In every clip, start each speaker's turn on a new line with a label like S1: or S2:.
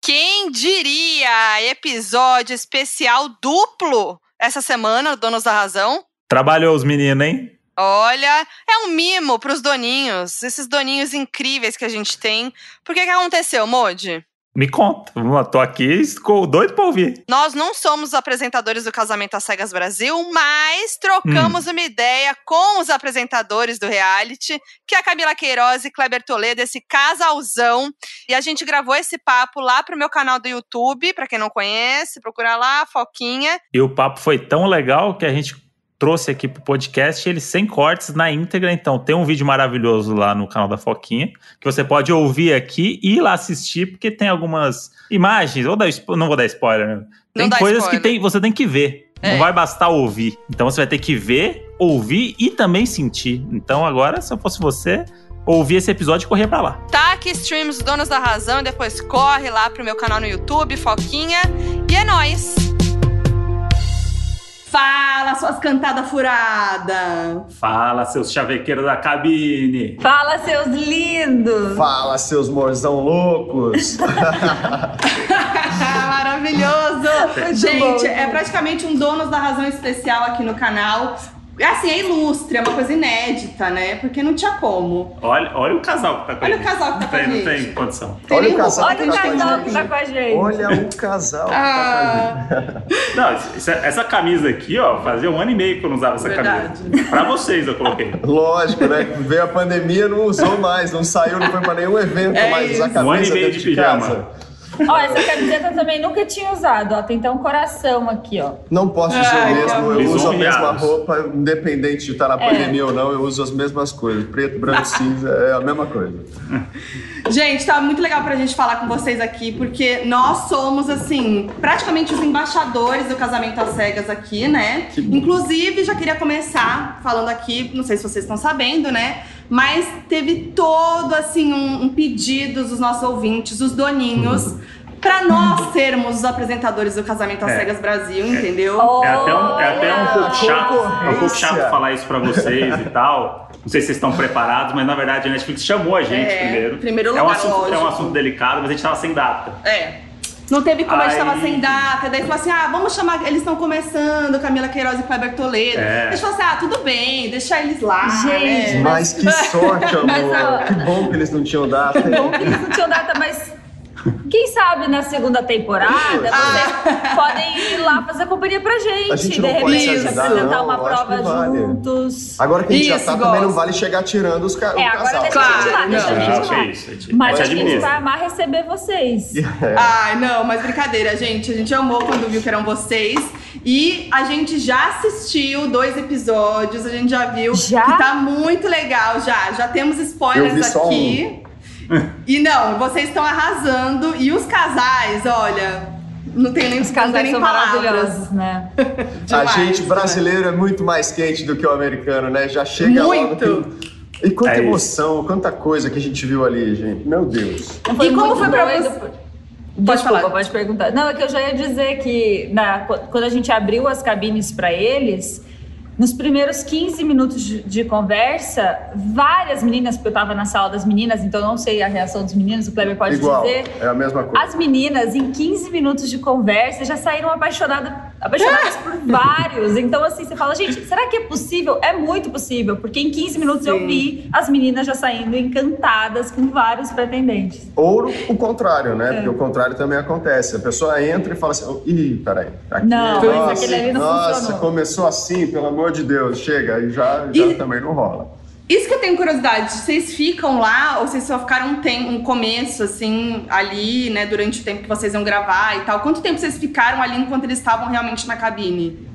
S1: Quem diria? Episódio especial duplo essa semana, Donos da Razão.
S2: Trabalhou os meninos, hein?
S1: Olha, é um mimo pros doninhos, esses doninhos incríveis que a gente tem. Por que que aconteceu, Modi?
S2: Me conta. Vamos lá, tô aqui, ficou doido pra ouvir.
S1: Nós não somos os apresentadores do Casamento às Cegas Brasil, mas trocamos uma ideia com os apresentadores do reality, que é a Camila Queiroz e Kleber Toledo, esse casalzão. E a gente gravou esse papo lá pro meu canal do YouTube, pra quem não conhece, procura lá, Foquinha.
S2: E o papo foi tão legal que a gente trouxe aqui pro podcast ele sem cortes na íntegra. Então tem um vídeo maravilhoso lá no canal da Foquinha, que você pode ouvir aqui e ir lá assistir, porque tem algumas imagens. Vou dar, spo- não vou dar spoiler, né?
S1: Não
S2: Tem
S1: dá
S2: coisas
S1: spoiler.
S2: que tem, você tem que ver.
S1: É.
S2: Não vai bastar ouvir. Então você vai ter que ver, ouvir e também sentir. Então agora, se eu fosse você, ouvir esse episódio e correr pra lá.
S1: Tá aqui, streams Donos da Razão, e depois corre lá pro meu canal no YouTube, Foquinha. E é nóis!
S3: Fala, suas cantadas furadas!
S2: Fala, seus chavequeiros da cabine!
S4: Fala, seus lindos!
S5: Fala, seus morzão loucos!
S3: Maravilhoso!
S4: bom.
S3: Gente, é praticamente um Donos da Razão especial aqui no canal. É Assim, é ilustre, é uma coisa inédita, né? Porque não tinha como.
S2: Olha, olha o casal que tá com
S3: Olha
S2: ele.
S3: o casal que tá
S2: Não
S3: com
S2: tem,
S3: a
S2: não
S3: gente.
S2: tem condição.
S3: Tem
S5: Olha
S3: nem
S5: o
S3: roupa,
S5: casal
S4: um- Olha o
S3: tem nem
S4: casal
S3: roupa.
S4: que tá com a gente.
S5: Olha o casal!
S2: Tá
S5: tá
S3: Ah,
S2: Não, essa, essa camisa aqui, ó, fazia um ano e meio que eu não usava essa
S3: Verdade.
S2: camisa. Pra vocês eu coloquei.
S5: Lógico, né? Veio a pandemia, não usou mais, não saiu, não foi pra nenhum evento
S3: É
S5: mais
S3: isso.
S5: usar camisa
S2: Um ano e meio
S5: dentro
S2: de pijama.
S5: casa.
S4: Ó, essa camiseta também nunca tinha usado, ó. Tem até um coração aqui, ó.
S5: Não posso dizer
S3: Ai,
S5: o mesmo, eu
S2: amor.
S5: uso a mesma
S2: Lisonjeados.
S5: roupa, independente de estar
S4: É.
S5: na pandemia ou não, eu uso as mesmas coisas. Preto, branco, cinza, é a mesma coisa.
S3: gente, tá muito legal pra gente falar com vocês aqui, porque nós somos, assim, praticamente os embaixadores do Casamento às Cegas aqui, né?
S5: Que bom.
S3: Inclusive, já queria começar falando aqui, não sei se vocês estão sabendo, né? Mas teve todo assim um, um pedido dos nossos ouvintes, os doninhos, pra nós sermos os apresentadores do Casamento às
S2: Uhum. É.
S3: Cegas Brasil, entendeu?
S2: É até um, é até um pouco chato. É um pouco
S5: concorrência.
S2: chato falar isso pra vocês e tal. Não sei se vocês estão preparados, mas na verdade a Netflix chamou a gente
S3: É,
S2: primeiro.
S3: primeiro
S2: é um
S3: lugar,
S2: assunto, é um
S3: lógico.
S2: assunto delicado, mas a gente tava sem data.
S3: É. Não teve como a gente
S2: Aí-
S3: tava sem data. Daí falou assim: ah, vamos chamar. Eles estão começando, Camila Queiroz e Kleber Toledo.
S2: É.
S3: A gente falou assim: ah, tudo bem, deixa eles lá.
S4: Gente,
S3: né?
S5: Mas que sorte,
S4: É. Mas,
S5: amor!
S4: ó,
S5: Que bom que eles não tinham data.
S4: Bom que eles não tinham data, mas quem sabe na segunda temporada vocês podem ir lá fazer companhia pra gente.
S5: A gente
S4: de
S5: não
S4: repente
S5: pode
S3: se ajudar,
S4: apresentar
S5: não,
S4: uma
S5: eu acho que
S4: prova
S5: vale.
S4: juntos.
S5: Agora que a gente já
S3: Isso,
S5: tá, também não
S3: gosto.
S5: vale chegar tirando os ca- o
S4: É, agora
S5: casal.
S4: deixa
S3: a gente lá, deixa a
S5: Claro.
S4: gente lá.
S2: é isso. A gente,
S4: Mas
S2: a
S4: a
S2: gente
S4: gente vai
S2: administra.
S4: amar receber vocês.
S5: É.
S3: Ai, não, mas brincadeira, gente. A gente amou quando viu que eram vocês. E a gente já assistiu dois episódios, a gente já viu
S4: Já?
S3: que tá muito legal já. Já temos spoilers
S5: Eu vi só
S3: aqui. E não, vocês estão arrasando. E os casais, olha, não tem nem
S4: Os casais
S3: não tem nem
S4: são
S3: palavras.
S4: maravilhosos, né?
S5: A
S3: Demais,
S5: gente
S3: né?
S5: brasileiro é muito mais quente do que o americano, né? Já chega
S3: Muito.
S5: logo que- E quanta
S2: É isso.
S5: emoção, quanta coisa que a gente viu ali, gente. Meu Deus.
S4: Não
S3: E como
S4: muito
S3: foi pra
S4: doido,
S3: você-
S4: por-
S3: Pode
S4: Desculpa,
S3: falar.
S4: pode perguntar. Não, é que eu já ia dizer que na- quando a gente abriu as cabines para eles, nos primeiros 15 minutos de, de conversa, várias meninas, porque eu estava na sala das meninas, então eu não sei a reação dos meninos, o Kleber pode
S5: Igual.
S4: dizer.
S5: É a mesma coisa.
S4: As meninas, em 15 minutos de conversa, já saíram apaixonada, apaixonadas por vários. Então, assim, você fala, gente, será que é possível? É muito possível, porque em 15 minutos
S3: Sim.
S4: eu vi as meninas já saindo encantadas com vários pretendentes.
S5: Ou o contrário,
S4: É.
S5: né? Porque o contrário também acontece. A pessoa entra e fala assim: "Oh, ih, peraí. Aqui,
S4: Não, mas
S5: nossa,
S4: aquele ali não
S5: nossa,
S4: funcionou."
S5: começou assim, pelo amor de Deus, chega. E já, já
S3: E-
S5: também não rola.
S3: Isso que eu tenho curiosidade, vocês ficam lá ou vocês só ficaram um, tem- um começo, assim, ali, né, durante o tempo que vocês iam gravar e tal? Quanto tempo vocês ficaram ali enquanto eles estavam realmente na cabine?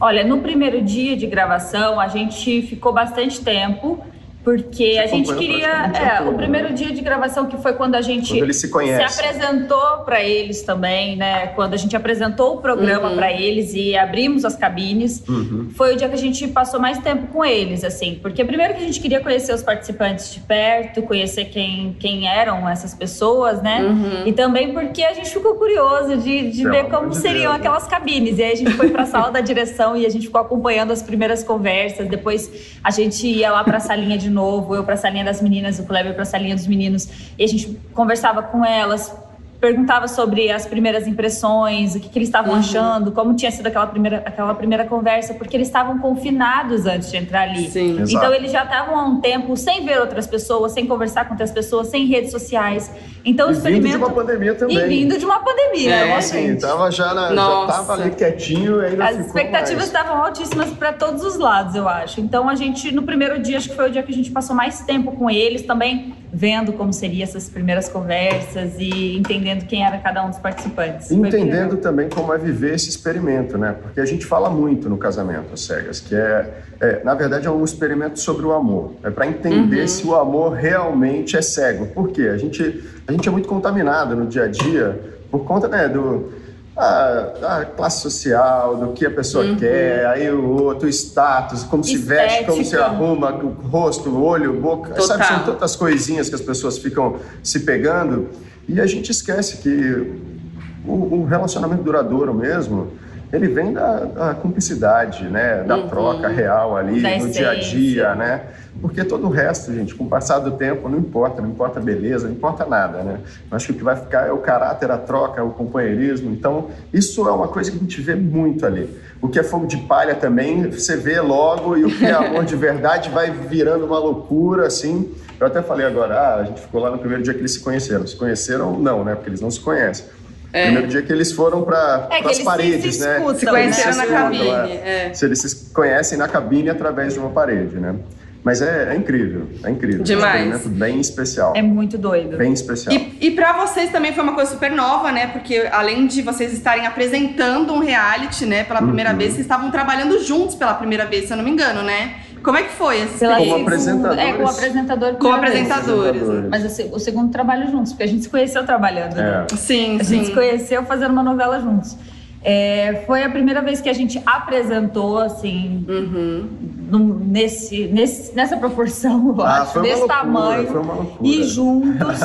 S4: Olha, no primeiro dia de gravação, a gente ficou bastante tempo, porque a gente
S5: acompanhou
S4: queria.
S5: praticamente
S4: é,
S5: tudo,
S4: o primeiro
S5: né?
S4: dia de gravação, que foi quando a gente
S5: Quando eles
S4: se
S5: se conhecem.
S4: apresentou para eles também, né? Quando a gente apresentou o programa
S3: Uhum.
S4: para eles e abrimos as cabines,
S5: Uhum.
S4: foi o dia que a gente passou mais tempo com eles, assim, porque primeiro que a gente queria conhecer os participantes de perto, conhecer quem, quem eram essas pessoas, né?
S3: Uhum.
S4: E também porque a gente ficou curioso de, de
S5: Pelo
S4: ver
S5: amor
S4: como
S5: de
S4: seriam
S5: Deus. né?
S4: aquelas cabines. E aí a gente foi para a sala da direção e a gente ficou acompanhando as primeiras conversas. Depois a gente ia lá para a salinha de novo, eu para a salinha das meninas, o Kleber para a salinha dos meninos. E a gente conversava com elas, perguntava sobre as primeiras impressões, o que, que eles estavam uhum. achando, como tinha sido aquela primeira, aquela primeira conversa, porque eles estavam confinados antes de entrar ali.
S3: Sim.
S4: Exato. Então eles já estavam há um tempo sem ver outras pessoas, sem conversar com outras pessoas, sem redes sociais. Então
S5: e experimento... vindo de uma pandemia também.
S4: E vindo de uma pandemia,
S5: é,
S4: né,
S5: assim, gente? Tava já, na, já tava ali quietinho e ainda
S4: As expectativas estavam altíssimas para todos os lados, eu acho. Então a gente, no primeiro dia, acho que foi o dia que a gente passou mais tempo com eles também, vendo como seriam essas primeiras conversas e entendendo quem era cada um dos participantes.
S5: Entendendo também como é viver esse experimento, né? Porque a gente fala muito no casamento às cegas, que é, é na verdade, é um experimento sobre o amor. É para entender uhum. se o amor realmente é cego. Por quê? A gente, a gente é muito contaminado no dia a dia por conta né, do, a, a, classe social, do que a pessoa uhum. quer, aí o outro status, como Estética. se veste, como se arruma, o rosto, o olho, boca. Total. Sabe, são tantas coisinhas que as pessoas ficam se pegando e a gente esquece que o, o relacionamento duradouro mesmo. Ele vem da, da cumplicidade, né? Da uhum. troca real ali, da no dia a dia, né? Porque todo o resto, gente, com o passar do tempo, não importa, não importa a beleza, não importa nada, né? Eu acho que o que vai ficar é o caráter, a troca, o companheirismo. Então, isso é uma coisa que a gente vê muito ali. O que é fogo de palha também, você vê logo, e o que é amor de verdade vai virando uma loucura, assim. Eu até falei agora, ah, a gente ficou lá no primeiro dia que eles se conheceram. Se conheceram, não, né? Porque eles não se conhecem. É. Primeiro dia que eles foram para é, as paredes,
S4: se
S5: né?
S4: Escutam,
S3: se conheceram se na cabine. É.
S5: Se eles se conhecem na cabine através de uma parede, né? Mas é, é, incrível, é incrível.
S3: Demais.
S5: Um experimento bem especial.
S4: É muito doido.
S5: Bem especial.
S3: E, e para vocês também foi uma coisa super nova, né? Porque além de vocês estarem apresentando um reality, né, pela primeira uhum. vez, vocês estavam trabalhando juntos pela primeira vez, se eu não me engano, né? Como é que foi esse
S5: Pela como apresentadores.
S4: É, como apresentador.
S3: Como apresentadores.
S4: Né? Mas o, o, segundo trabalho juntos, porque a gente se conheceu trabalhando. É. Né?
S3: Sim,
S4: a
S3: sim.
S4: gente se conheceu fazendo uma novela juntos. É, foi a primeira vez que a gente apresentou, assim,
S3: uhum.
S4: num, nesse, nesse, nessa proporção, eu
S5: ah,
S4: acho, desse
S5: loucura,
S4: tamanho. E juntos.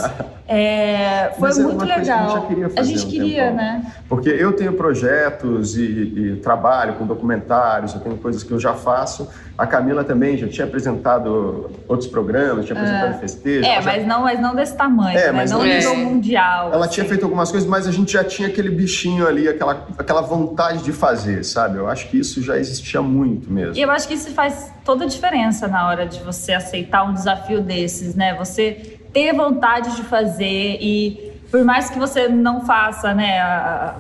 S4: É, foi
S5: Mas
S4: muito legal.
S5: a gente queria, fazer
S4: a gente queria
S5: um
S4: né?
S5: Porque eu tenho projetos e, e, trabalho com documentários, eu tenho coisas que eu já faço. A Camila também já tinha apresentado outros programas, tinha apresentado é. festejo.
S4: É,
S5: já...
S4: mas, não, mas não desse tamanho, é, né? mas não nível é. mundial.
S5: Ela assim. tinha feito algumas coisas, mas a gente já tinha aquele bichinho ali, aquela, aquela vontade de fazer, sabe? Eu acho que isso já existia muito mesmo.
S4: E eu acho que isso faz toda a diferença na hora de você aceitar um desafio desses, né? Você ter vontade de fazer e por mais que você não faça, né, a,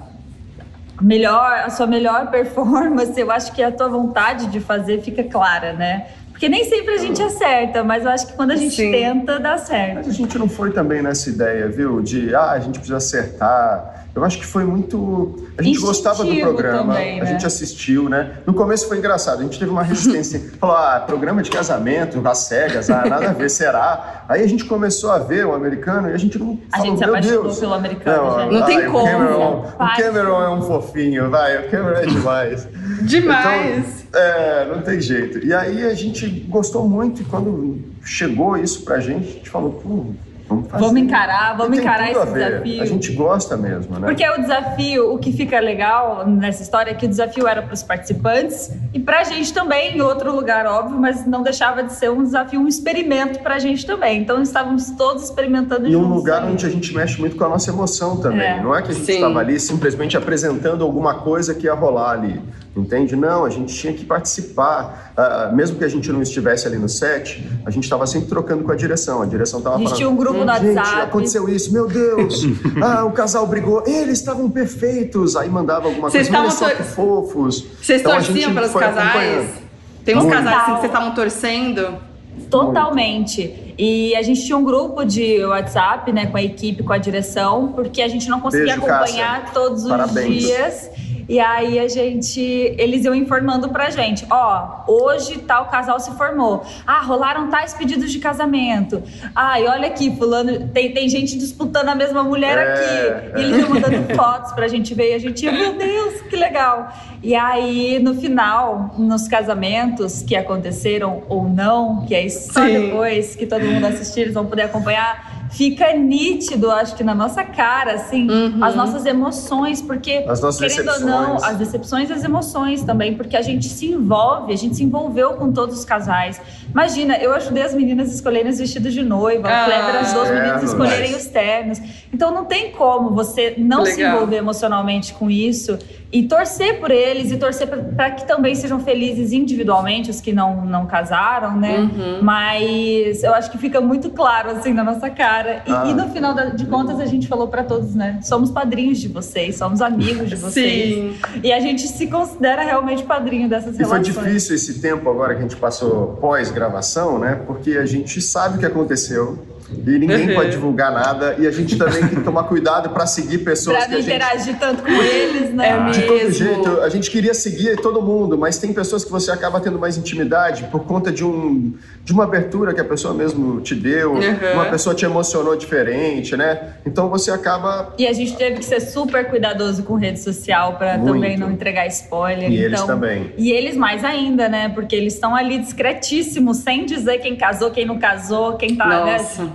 S4: melhor, a sua melhor performance, eu acho que a tua vontade de fazer fica clara, né? Porque nem sempre a gente acerta, mas eu acho que quando a gente Sim. tenta, dá certo.
S5: Mas a gente não foi também nessa ideia, viu? De, ah, a gente precisa acertar. Eu acho que foi muito. A gente Instintivo gostava do programa,
S4: também, né?
S5: a gente assistiu, né? No começo foi engraçado, a gente teve uma resistência. Falou, ah, programa de casamento, às cegas, ah, nada a ver, será? Aí a gente começou a ver o americano e a gente não.
S4: A
S5: falou,
S4: gente se
S5: Meu
S4: apaixonou
S5: Deus.
S4: pelo americano, não, gente.
S3: Não tem
S5: ah,
S3: como.
S5: O Cameron, o Cameron é um fofinho, vai, o Cameron é demais.
S3: Então, demais!
S5: Então, é, não tem jeito. E aí a gente gostou muito e quando chegou isso pra gente, a gente falou, pô, vamos fazer.
S4: Vamos encarar, vamos encarar esse desafio.
S5: A gente gosta mesmo, né?
S4: Porque o desafio, o que fica legal nessa história é que o desafio era para os participantes e pra gente também, em outro lugar, óbvio, mas não deixava de ser um desafio, um experimento pra gente também. Então estávamos todos experimentando
S5: e
S4: juntos. né?
S5: E um lugar onde a gente mexe muito com a nossa emoção também. É. Não é que a gente estava ali simplesmente apresentando alguma coisa que ia rolar ali entende? Não, a gente tinha que participar. Uh, mesmo que a gente não estivesse ali no set, a gente estava sempre trocando com a direção. A direção estava falando.
S4: Existia um grupo no
S5: gente,
S4: WhatsApp.
S5: aconteceu isso, meu Deus! ah, o casal brigou, eles estavam perfeitos. Aí mandava alguma
S3: Cês
S5: coisa, olha
S3: só
S5: tor... que fofos.
S3: Vocês então, torciam pelos casais? Tem uns Muito. casais assim, que vocês estavam torcendo?
S4: Totalmente. E a gente tinha um grupo de WhatsApp, né, com a equipe, com a direção, porque a gente não conseguia
S5: Beijo,
S4: acompanhar
S5: Cássia.
S4: todos os
S5: Parabéns.
S4: dias. E aí a gente, eles iam informando pra gente, ó, hoje tal casal se formou. Ah, rolaram tais pedidos de casamento. Ai, olha aqui, fulano, tem, tem gente disputando a mesma mulher
S5: É,
S4: aqui. E eles iam mandando fotos pra gente ver e a gente ia, meu Deus, que legal. E aí, no final, nos casamentos que aconteceram ou não, que aí só
S3: Sim.
S4: depois que todo mundo assistir, eles vão poder acompanhar, fica nítido, acho que na nossa cara, assim,
S3: Uhum.
S4: as nossas emoções, porque
S5: As nossas
S4: Querendo ou
S5: decepções.
S4: não, as decepções e as emoções também, porque a gente se envolve, a gente se envolveu com todos os casais. Imagina, eu ajudei as meninas a escolherem os vestidos de noiva,
S1: Ah,
S4: o Kleber ajudou as
S5: é,
S4: meninas a escolherem
S5: mas-
S4: os ternos. Então não tem como você não se
S1: Legal.
S4: envolver emocionalmente com isso e torcer por eles e torcer para que também sejam felizes individualmente os que não, não casaram, né?
S3: Uhum.
S4: Mas eu acho que fica muito claro, assim, na nossa cara. E,
S5: Ah.
S4: e no final da- de contas, a gente falou pra todos, né? Somos padrinhos de vocês, somos amigos de vocês.
S3: Sim.
S4: E a gente se considera realmente padrinho dessas
S5: E foi
S4: relações.
S5: é difícil esse tempo agora que a gente passou pós-gravação, né? Porque a gente sabe o que aconteceu e ninguém
S1: Uhum.
S5: pode divulgar nada e a gente também tem que tomar cuidado para seguir pessoas
S4: Pra
S5: que
S4: não
S5: a gente
S4: interagir tanto com eles, né?
S3: É
S5: De todo
S3: mesmo.
S5: jeito, a gente queria seguir todo mundo, mas tem pessoas que você acaba tendo mais intimidade por conta de, um, de uma abertura que a pessoa mesmo te deu,
S1: Uhum.
S5: uma pessoa te emocionou diferente, né? Então você acaba.
S4: E a gente teve que ser super cuidadoso com rede social pra
S5: Muito.
S4: também não entregar spoiler.
S5: E
S4: então...
S5: eles também.
S4: E eles mais ainda, né? Porque eles estão ali discretíssimos, sem dizer quem casou, quem não casou, quem tá, né?
S3: Nossa.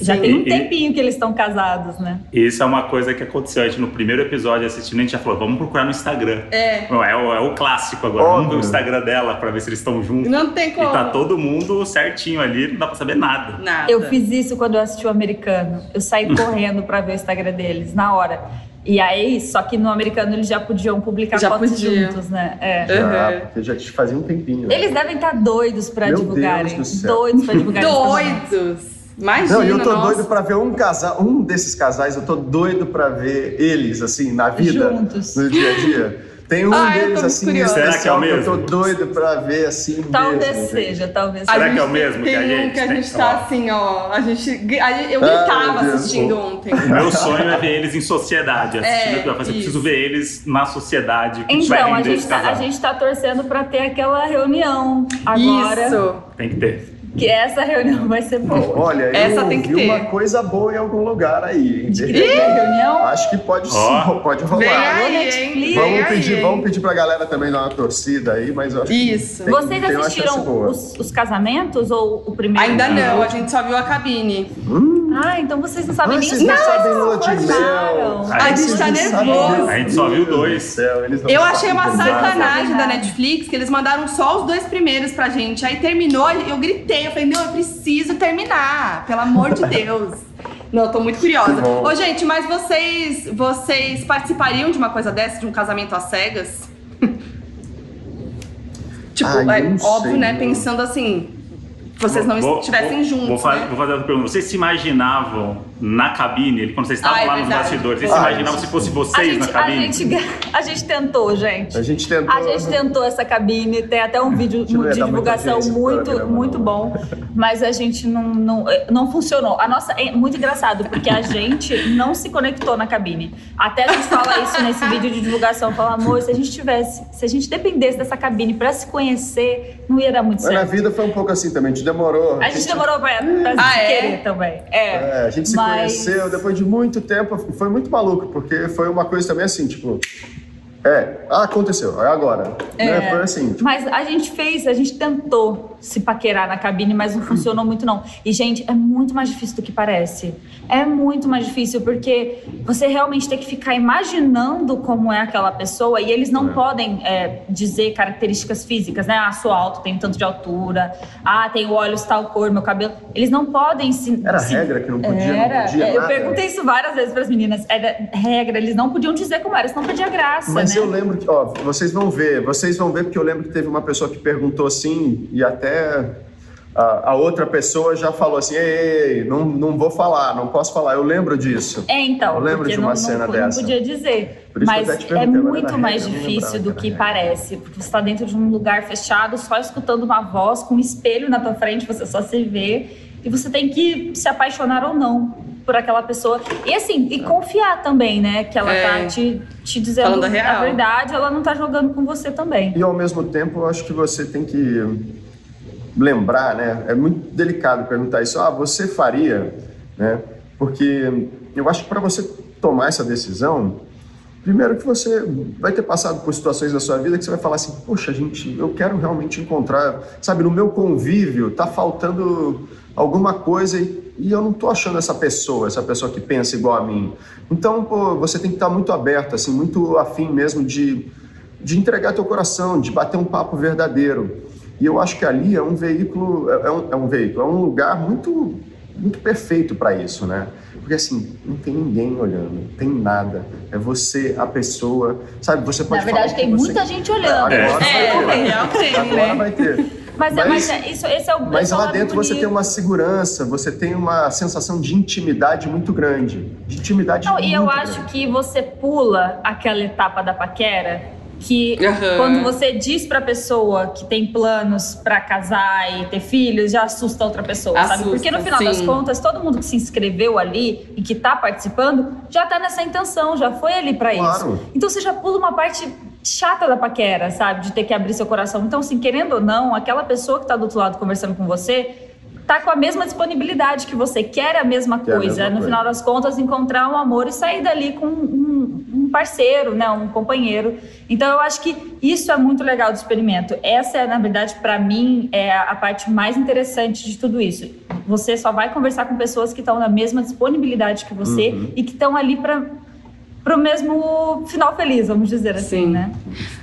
S4: Já
S3: Sim.
S4: tem um
S6: E-
S4: tempinho que eles estão casados, né?
S6: Isso é uma coisa que aconteceu. A gente, no primeiro episódio assistindo, a gente já falou: vamos procurar no Instagram.
S3: É.
S6: Bom, É, o, é o clássico agora. Vamos ver
S5: Óbvio.
S6: o Instagram dela pra ver se eles estão juntos.
S3: Não tem como.
S6: E tá todo mundo certinho ali, não dá pra saber nada.
S3: Nada.
S4: Eu fiz isso quando eu assisti o americano. Eu saí correndo pra ver o Instagram deles na hora. E aí, só que no americano eles já podiam publicar
S3: Já
S4: fotos
S3: podia.
S4: juntos, né? É.
S5: Já,
S3: Uhum.
S5: porque já te fazia um tempinho. né?
S4: Eles devem estar doidos pra
S5: Meu
S4: divulgarem.
S5: Deus do céu.
S4: doidos pra divulgarem. esse casamento.
S3: Doidos. Imagina,
S5: Não, e eu tô
S3: nossa.
S5: doido pra ver um casal, um desses casais, eu tô doido pra ver eles, assim, na vida,
S4: Juntos.
S5: no dia a dia. Tem um
S3: Ah, eu tô
S5: deles,
S3: muito
S5: assim,
S3: curiosa. Tá um
S6: Será que é o
S5: especial eu tô
S6: mesmo?
S5: doido pra ver, assim,
S4: Talvez
S5: mesmo, gente.
S4: seja, talvez
S3: A
S4: seja.
S6: Será que é
S3: gente
S6: o mesmo
S3: tem
S6: que a
S3: um
S6: gente né?
S3: que a
S6: tem?
S3: gente tá assim, ó. A gente. a gente- eu gritava
S5: Ah, meu Deus.
S3: assistindo ontem.
S6: O meu sonho é ver eles em sociedade.
S3: É,
S6: Assistindo, é, eu falei, preciso
S3: isso.
S6: ver eles na sociedade. Que vai
S4: Então, a
S6: render
S4: gente,
S6: esse
S4: tá, a
S6: casal.
S4: gente tá torcendo pra ter aquela reunião agora.
S3: Isso.
S6: Tem que ter.
S4: Que essa reunião vai ser boa.
S5: Olha, eu
S3: Essa tem que
S5: ouvi
S3: ter.
S5: uma coisa boa em alguum lugar aí. hein?
S4: De que tem a reunião?
S5: Acho que pode
S6: Ó.
S5: sim, pode
S3: Vem
S5: rolar.
S3: aí,
S4: Netflix.
S3: hein? Vem
S5: Vamos
S3: aí,
S5: pedir,
S3: hein?
S5: vamos pedir pra galera também dar uma torcida aí, mas eu acho que
S3: Isso.
S5: tem-
S4: Vocês
S5: tem uma chance
S4: assistiram
S5: boa.
S4: os, os casamentos ou o primeiro?
S3: Ainda não, a gente só viu a cabine.
S4: Ah, então vocês não sabem
S5: Ah,
S4: nem
S5: vocês
S4: os
S5: não sabem
S4: casais
S5: lua de
S4: que
S5: mel.
S4: casaram.
S6: A gente
S5: Vocês
S3: tá
S5: não sabem
S3: nervoso.
S5: Deus
S6: A gente só viu dois.
S5: do céu, eles não
S3: Eu
S5: sabem
S3: achei uma
S5: de nada.
S3: sacanagem da
S4: nada.
S3: Netflix que eles mandaram só os dois primeiros pra gente. Aí terminou, eu gritei, eu falei, não, eu preciso terminar, pelo amor de Deus. Não, eu tô muito curiosa.
S5: Que bom.
S3: Ô, gente, mas vocês, vocês participariam de uma coisa dessa, de um casamento às cegas? tipo,
S5: Ai,
S3: é
S5: não
S3: óbvio,
S5: sei,
S3: né?
S5: não.
S3: Pensando assim, vocês não
S6: Vou-
S3: estivessem
S6: vou-
S3: juntos.
S6: Vou, fa-
S3: né?
S6: vou fazer outra pergunta. Vocês se imaginavam na cabine, ele- quando vocês estavam
S3: Ah, é
S6: lá nos
S3: verdade.
S6: bastidores, vocês
S5: Ah,
S6: se imaginavam
S5: isso.
S6: se fosse
S4: A
S6: vocês na
S4: gente, a,
S6: cabine?
S4: gente, a gente tentou, gente.
S5: A gente tentou.
S4: A gente tentou essa cabine, tem até um vídeo
S5: gente não ia
S4: de
S5: dar muita
S4: divulgação
S5: audiência pro
S4: muito,
S5: programa,
S4: muito
S5: não.
S4: bom, mas a gente não, não, eh, não funcionou. A nossa é muito engraçado, porque a gente não se conectou na cabine. Até a gente fala isso nesse vídeo de divulgação, fala, amor, se a gente tivesse, se a gente dependesse dessa cabine pra se conhecer, não ia dar muito
S5: Mas na
S4: certo.
S5: vida foi um pouco assim também, a gente demorou.
S4: A gente demorou pra, pra se
S3: Ah, é?
S4: querer também. É.
S5: É, a gente se
S4: Mas-
S5: conheceu depois de muito tempo. Foi muito maluco, porque foi uma coisa também assim, tipo. É, ah, aconteceu, é agora.
S4: É.
S5: Né? Foi assim. tipo,
S4: Mas a gente fez, a gente tentou se paquerar na cabine, mas não funcionou muito, não. E, gente, é muito mais difícil do que parece. É muito mais difícil, porque você realmente tem que ficar imaginando como é aquela pessoa e eles não podem é, dizer características físicas, né? Ah, sou alto, tenho tanto de altura, ah, tenho olhos tal cor, meu cabelo. Eles não podem se.
S5: Era
S4: se-
S5: regra que não podia,
S4: Era.
S5: não podia.
S4: É, eu
S5: nada.
S4: perguntei isso várias vezes para as meninas. Era regra, eles não podiam dizer como era, senão perdia graça.
S5: Mas
S4: né?
S5: eu lembro que, ó, vocês vão ver, vocês vão ver, porque eu lembro que teve uma pessoa que perguntou assim, e até a, a outra pessoa já falou assim: ei, ei, não, não vou falar, não posso falar. Eu lembro disso.
S4: É, então.
S5: Eu lembro
S4: porque
S5: de uma
S4: não,
S5: cena
S4: não,
S5: dessa.
S4: Não podia dizer.
S5: Por isso que eu
S4: Mas
S5: até te
S4: é
S5: perguntei agora
S4: muito
S5: da
S4: mais
S5: regra, eu não
S4: difícil do
S5: lembrava
S4: que
S5: que era regra.
S4: parece. Porque você está dentro de um lugar fechado, só escutando uma voz, com um espelho na tua frente, você só se vê. E você tem que se apaixonar ou não por aquela pessoa. E assim,
S5: Tá.
S4: e confiar também, né? Que ela
S1: É.
S4: tá te, te dizendo
S3: Falando a real.
S4: verdade, ela não tá jogando com você também.
S5: E ao mesmo tempo, eu acho que você tem que lembrar, né? É muito delicado perguntar isso. Ah, você faria, né? Porque eu acho que para você tomar essa decisão, primeiro que você vai ter passado por situações da sua vida que você vai falar assim: "Poxa, gente, eu quero realmente encontrar, sabe, no meu convívio tá faltando alguma coisa e e eu não tô achando essa pessoa, essa pessoa que pensa igual a mim. Então, pô, você tem que estar muito aberto, assim, muito afim mesmo de, de entregar teu coração, de bater um papo verdadeiro. E eu acho que ali é um veículo, é um, é um veículo, é um lugar muito, muito perfeito para isso, né? Porque assim, não tem ninguém olhando, não tem nada. É você, a pessoa, sabe? Você pode
S4: Na verdade,
S5: falar o que
S4: tem
S5: você
S4: muita
S5: quer.
S4: gente olhando.
S5: É, agora
S3: É,
S5: vai ter.
S3: real tem,
S6: Tá
S5: Agora
S3: né?
S5: vai ter.
S4: Mas, é, mas
S5: Mas-
S4: é, isso, esse é o
S5: Mas
S4: esse é o
S5: lá
S4: lado
S5: dentro você
S4: bonito.
S5: tem um uma segurança, você tem uma sensação de intimidade muito grande. De intimidade
S4: Não,
S5: muito
S4: e eu
S5: grande.
S4: acho que você pula aquela etapa da paquera que
S1: Aham.
S4: quando você diz pra pessoa que tem planos pra casar e ter filhos, já assusta a outra pessoa, sabe?
S2: Assusta,
S4: Porque no final das
S2: sim.
S4: contas, todo mundo que se inscreveu ali e que tá participando já tá nessa intenção, já foi ali pra isso.
S5: Claro.
S4: Então você já pula uma parte chata da paquera, sabe? De ter que abrir seu coração. Então, assim, querendo ou não, aquela pessoa que tá do outro lado conversando com você tá com a mesma disponibilidade que você, quer a mesma
S5: Quer a
S4: coisa.
S5: mesma
S4: no
S5: coisa.
S4: final das contas, encontrar um amor e sair dali com um, um parceiro, né? Um companheiro. Então, eu acho que isso é muito legal do experimento. Essa, é, na verdade, pra mim, é a parte mais interessante de tudo isso. Você só vai conversar com pessoas que estão na mesma disponibilidade que você
S5: Uhum.
S4: e que estão ali pra pro mesmo final feliz, vamos dizer assim,
S3: Sim.
S4: né?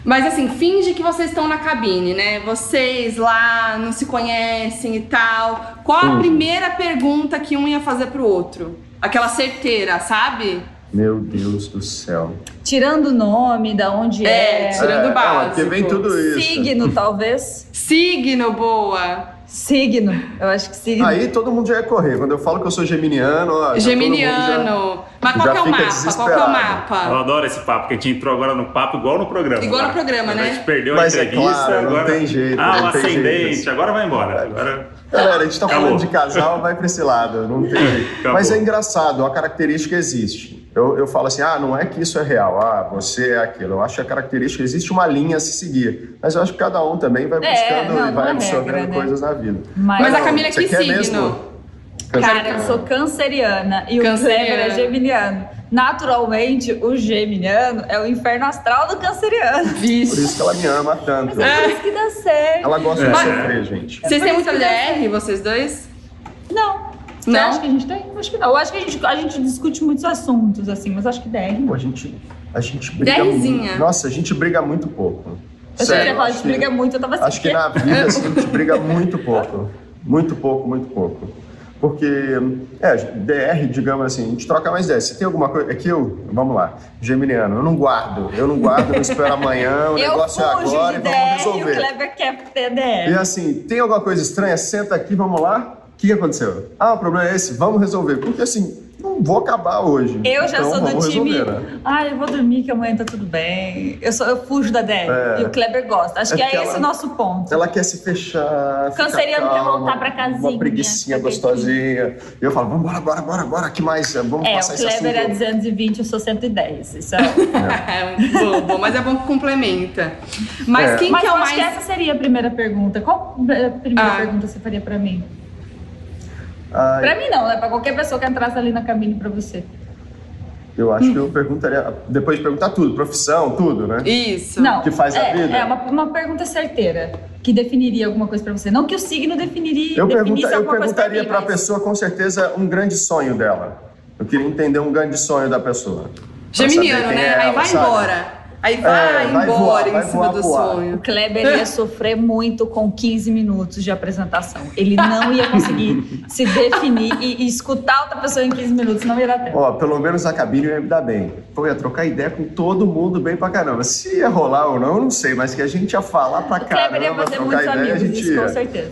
S3: Mas assim, finge que vocês estão na cabine, né? Vocês lá não se conhecem e tal. Qual a
S5: Hum.
S3: primeira pergunta que um ia fazer pro outro? Aquela certeira, sabe?
S5: Meu Deus do céu.
S4: Tirando o nome, da onde
S3: É,
S4: é,
S3: tira- Tirando o
S5: não,
S3: básico.
S5: porque vem tudo isso.
S4: signo, talvez.
S3: Signo, boa.
S4: Signo, eu acho que signo.
S5: Aí todo mundo já ia correr. Quando eu falo que eu sou geminiano, ó, Ah, já todo mundo
S3: Geminiano. Mas qual
S5: já
S3: que é o
S5: fica
S3: mapa? Qual que é o
S5: desesperado. Ah.
S6: Eu
S3: mapa?
S6: adoro esse papo, porque a gente entrou agora no papo igual no programa.
S3: Igual no
S6: lá.
S3: programa, né?
S6: A gente perdeu
S5: Mas
S6: a
S5: é
S6: entrevista,
S5: claro, não
S6: agora...
S5: tem jeito,
S6: Ah, o
S5: não tem jeito.
S6: ascendente, agora vai embora. Agora...
S5: já... Galera, a gente tá
S6: Acabou.
S5: falando de casal, vai pra esse lado. Não tem jeito.
S6: Acabou.
S5: Mas é engraçado, a característica existe. Eu, eu falo assim, ah, não é que isso é real, ah, você é aquilo. Eu acho que a característica, existe uma linha a se seguir. Mas eu acho que cada um também vai
S4: É,
S5: buscando
S4: não,
S5: e
S4: não
S5: vai
S4: é
S5: absorvendo
S4: regra, né?
S5: coisas na vida.
S4: Mas- é
S3: Mas a é
S5: não,
S3: Camila,
S5: você
S3: que
S5: quer
S3: signo?
S5: mesmo?
S3: Cara,
S4: Eu sou canceriana e
S3: Canceriana.
S4: o Kleber é geminiano. Naturalmente, o geminiano é o inferno astral do canceriano.
S5: Por isso que ela me ama tanto.
S4: Por isso que dá certo.
S5: Ela gosta de
S6: Mas-
S5: sofrer, gente.
S3: Vocês têm
S4: por
S3: muita
S4: isso que
S3: DR, vocês dois?
S4: Não. Você
S3: Não?
S4: acha que a gente tem? Acho que não. Eu acho que a gente, a gente discute muitos assuntos, assim, mas acho que deve.
S5: Pô, a gente, a gente briga
S3: Dezzinha.
S5: muito. Nossa, a gente briga muito pouco.
S4: Eu sei que
S5: Sério,
S4: ia falar, a
S5: acho
S4: gente
S5: que-
S4: briga muito, eu tava assim.
S5: Acho que
S4: "Quê?"
S5: na vida assim, a gente briga muito pouco. Muito pouco, muito pouco. Porque, é, DR, digamos assim, a gente troca mais 10. Se tem alguma coisa. É que eu, vamos lá, Geminiano, eu não guardo. Eu não guardo, não espero amanhã, o
S4: eu
S5: negócio é
S4: fujo
S5: agora
S4: de DR
S5: e vamos
S4: e o
S5: resolver.
S4: Kleber quer ter
S5: E
S4: DR.
S5: assim, tem alguma coisa estranha? Senta aqui, vamos lá. O que que aconteceu? Ah, o problema é esse, vamos resolver. Porque assim, não vou acabar hoje.
S4: Eu já
S5: Então,
S4: sou do
S5: vamos
S4: time.
S5: resolver, né?
S4: Ai, eu vou dormir que amanhã tá tudo bem. Eu, sou, eu fujo da DR.
S5: É.
S4: E o Kleber gosta. Acho
S5: É
S4: que é
S5: porque
S4: esse
S5: ela-
S4: o nosso ponto.
S5: Ela quer se fechar. ficar
S4: Canceriano quer
S5: calma,
S4: voltar pra casinha,
S5: Uma preguicinha
S4: pra
S5: gostosinha. E eu falo, vambora, bora, bora, bora, que mais? Vamos
S4: É, o
S5: passar esse assunto.
S4: Kleber é 220, eu sou 110. Isso é...
S3: É muito bobo, mas é bom que complementa. Mas
S5: É.
S3: quem
S4: Mas
S3: que é
S4: eu
S3: o
S4: acho que
S3: mais.
S4: essa seria a primeira pergunta. Qual a primeira
S3: Ah.
S4: pergunta você faria pra mim?
S5: Ai,
S4: Pra mim não, né? Pra qualquer pessoa que entrasse ali na cabine pra você.
S5: Eu acho que eu perguntaria, depois de perguntar tudo, profissão, tudo, né?
S3: Isso.
S4: Não.
S5: Que faz a
S4: é,
S5: vida?
S4: É, uma, uma pergunta certeira. Que definiria alguma coisa pra você. Não que o signo definiria,
S5: Eu,
S4: definisse
S5: pergunta- eu
S4: alguma coisa pra
S5: perguntaria
S4: mim.
S5: pra
S4: mas-
S5: pessoa, com certeza, um grande sonho dela. Eu queria entender um grande sonho da pessoa. Pra
S3: Geminiano,
S5: saber quem
S3: né?
S5: é
S3: Aí
S5: ela,
S3: vai
S5: sabe?
S3: embora. Aí vai
S5: É, vai
S3: embora
S5: voar,
S3: em
S5: vai
S3: cima
S5: voar,
S3: do
S5: voar.
S4: O
S3: sonho.
S4: Kleber ia sofrer muito com 15 minutos de apresentação. Ele não ia conseguir se definir e, e escutar outra pessoa em 15 minutos. Não ia dar tempo.
S5: Ó, pelo menos na cabine eu ia me dar bem. Pô, eu ia trocar ideia com todo mundo bem pra caramba. Se ia rolar ou não, eu não sei, mas que a gente ia falar pra
S4: o Kleber ia
S5: caramba,
S4: fazer
S5: trocar
S4: muitos
S5: ideia, a
S4: amigos,
S5: gente
S4: isso com
S5: ia.
S4: certeza.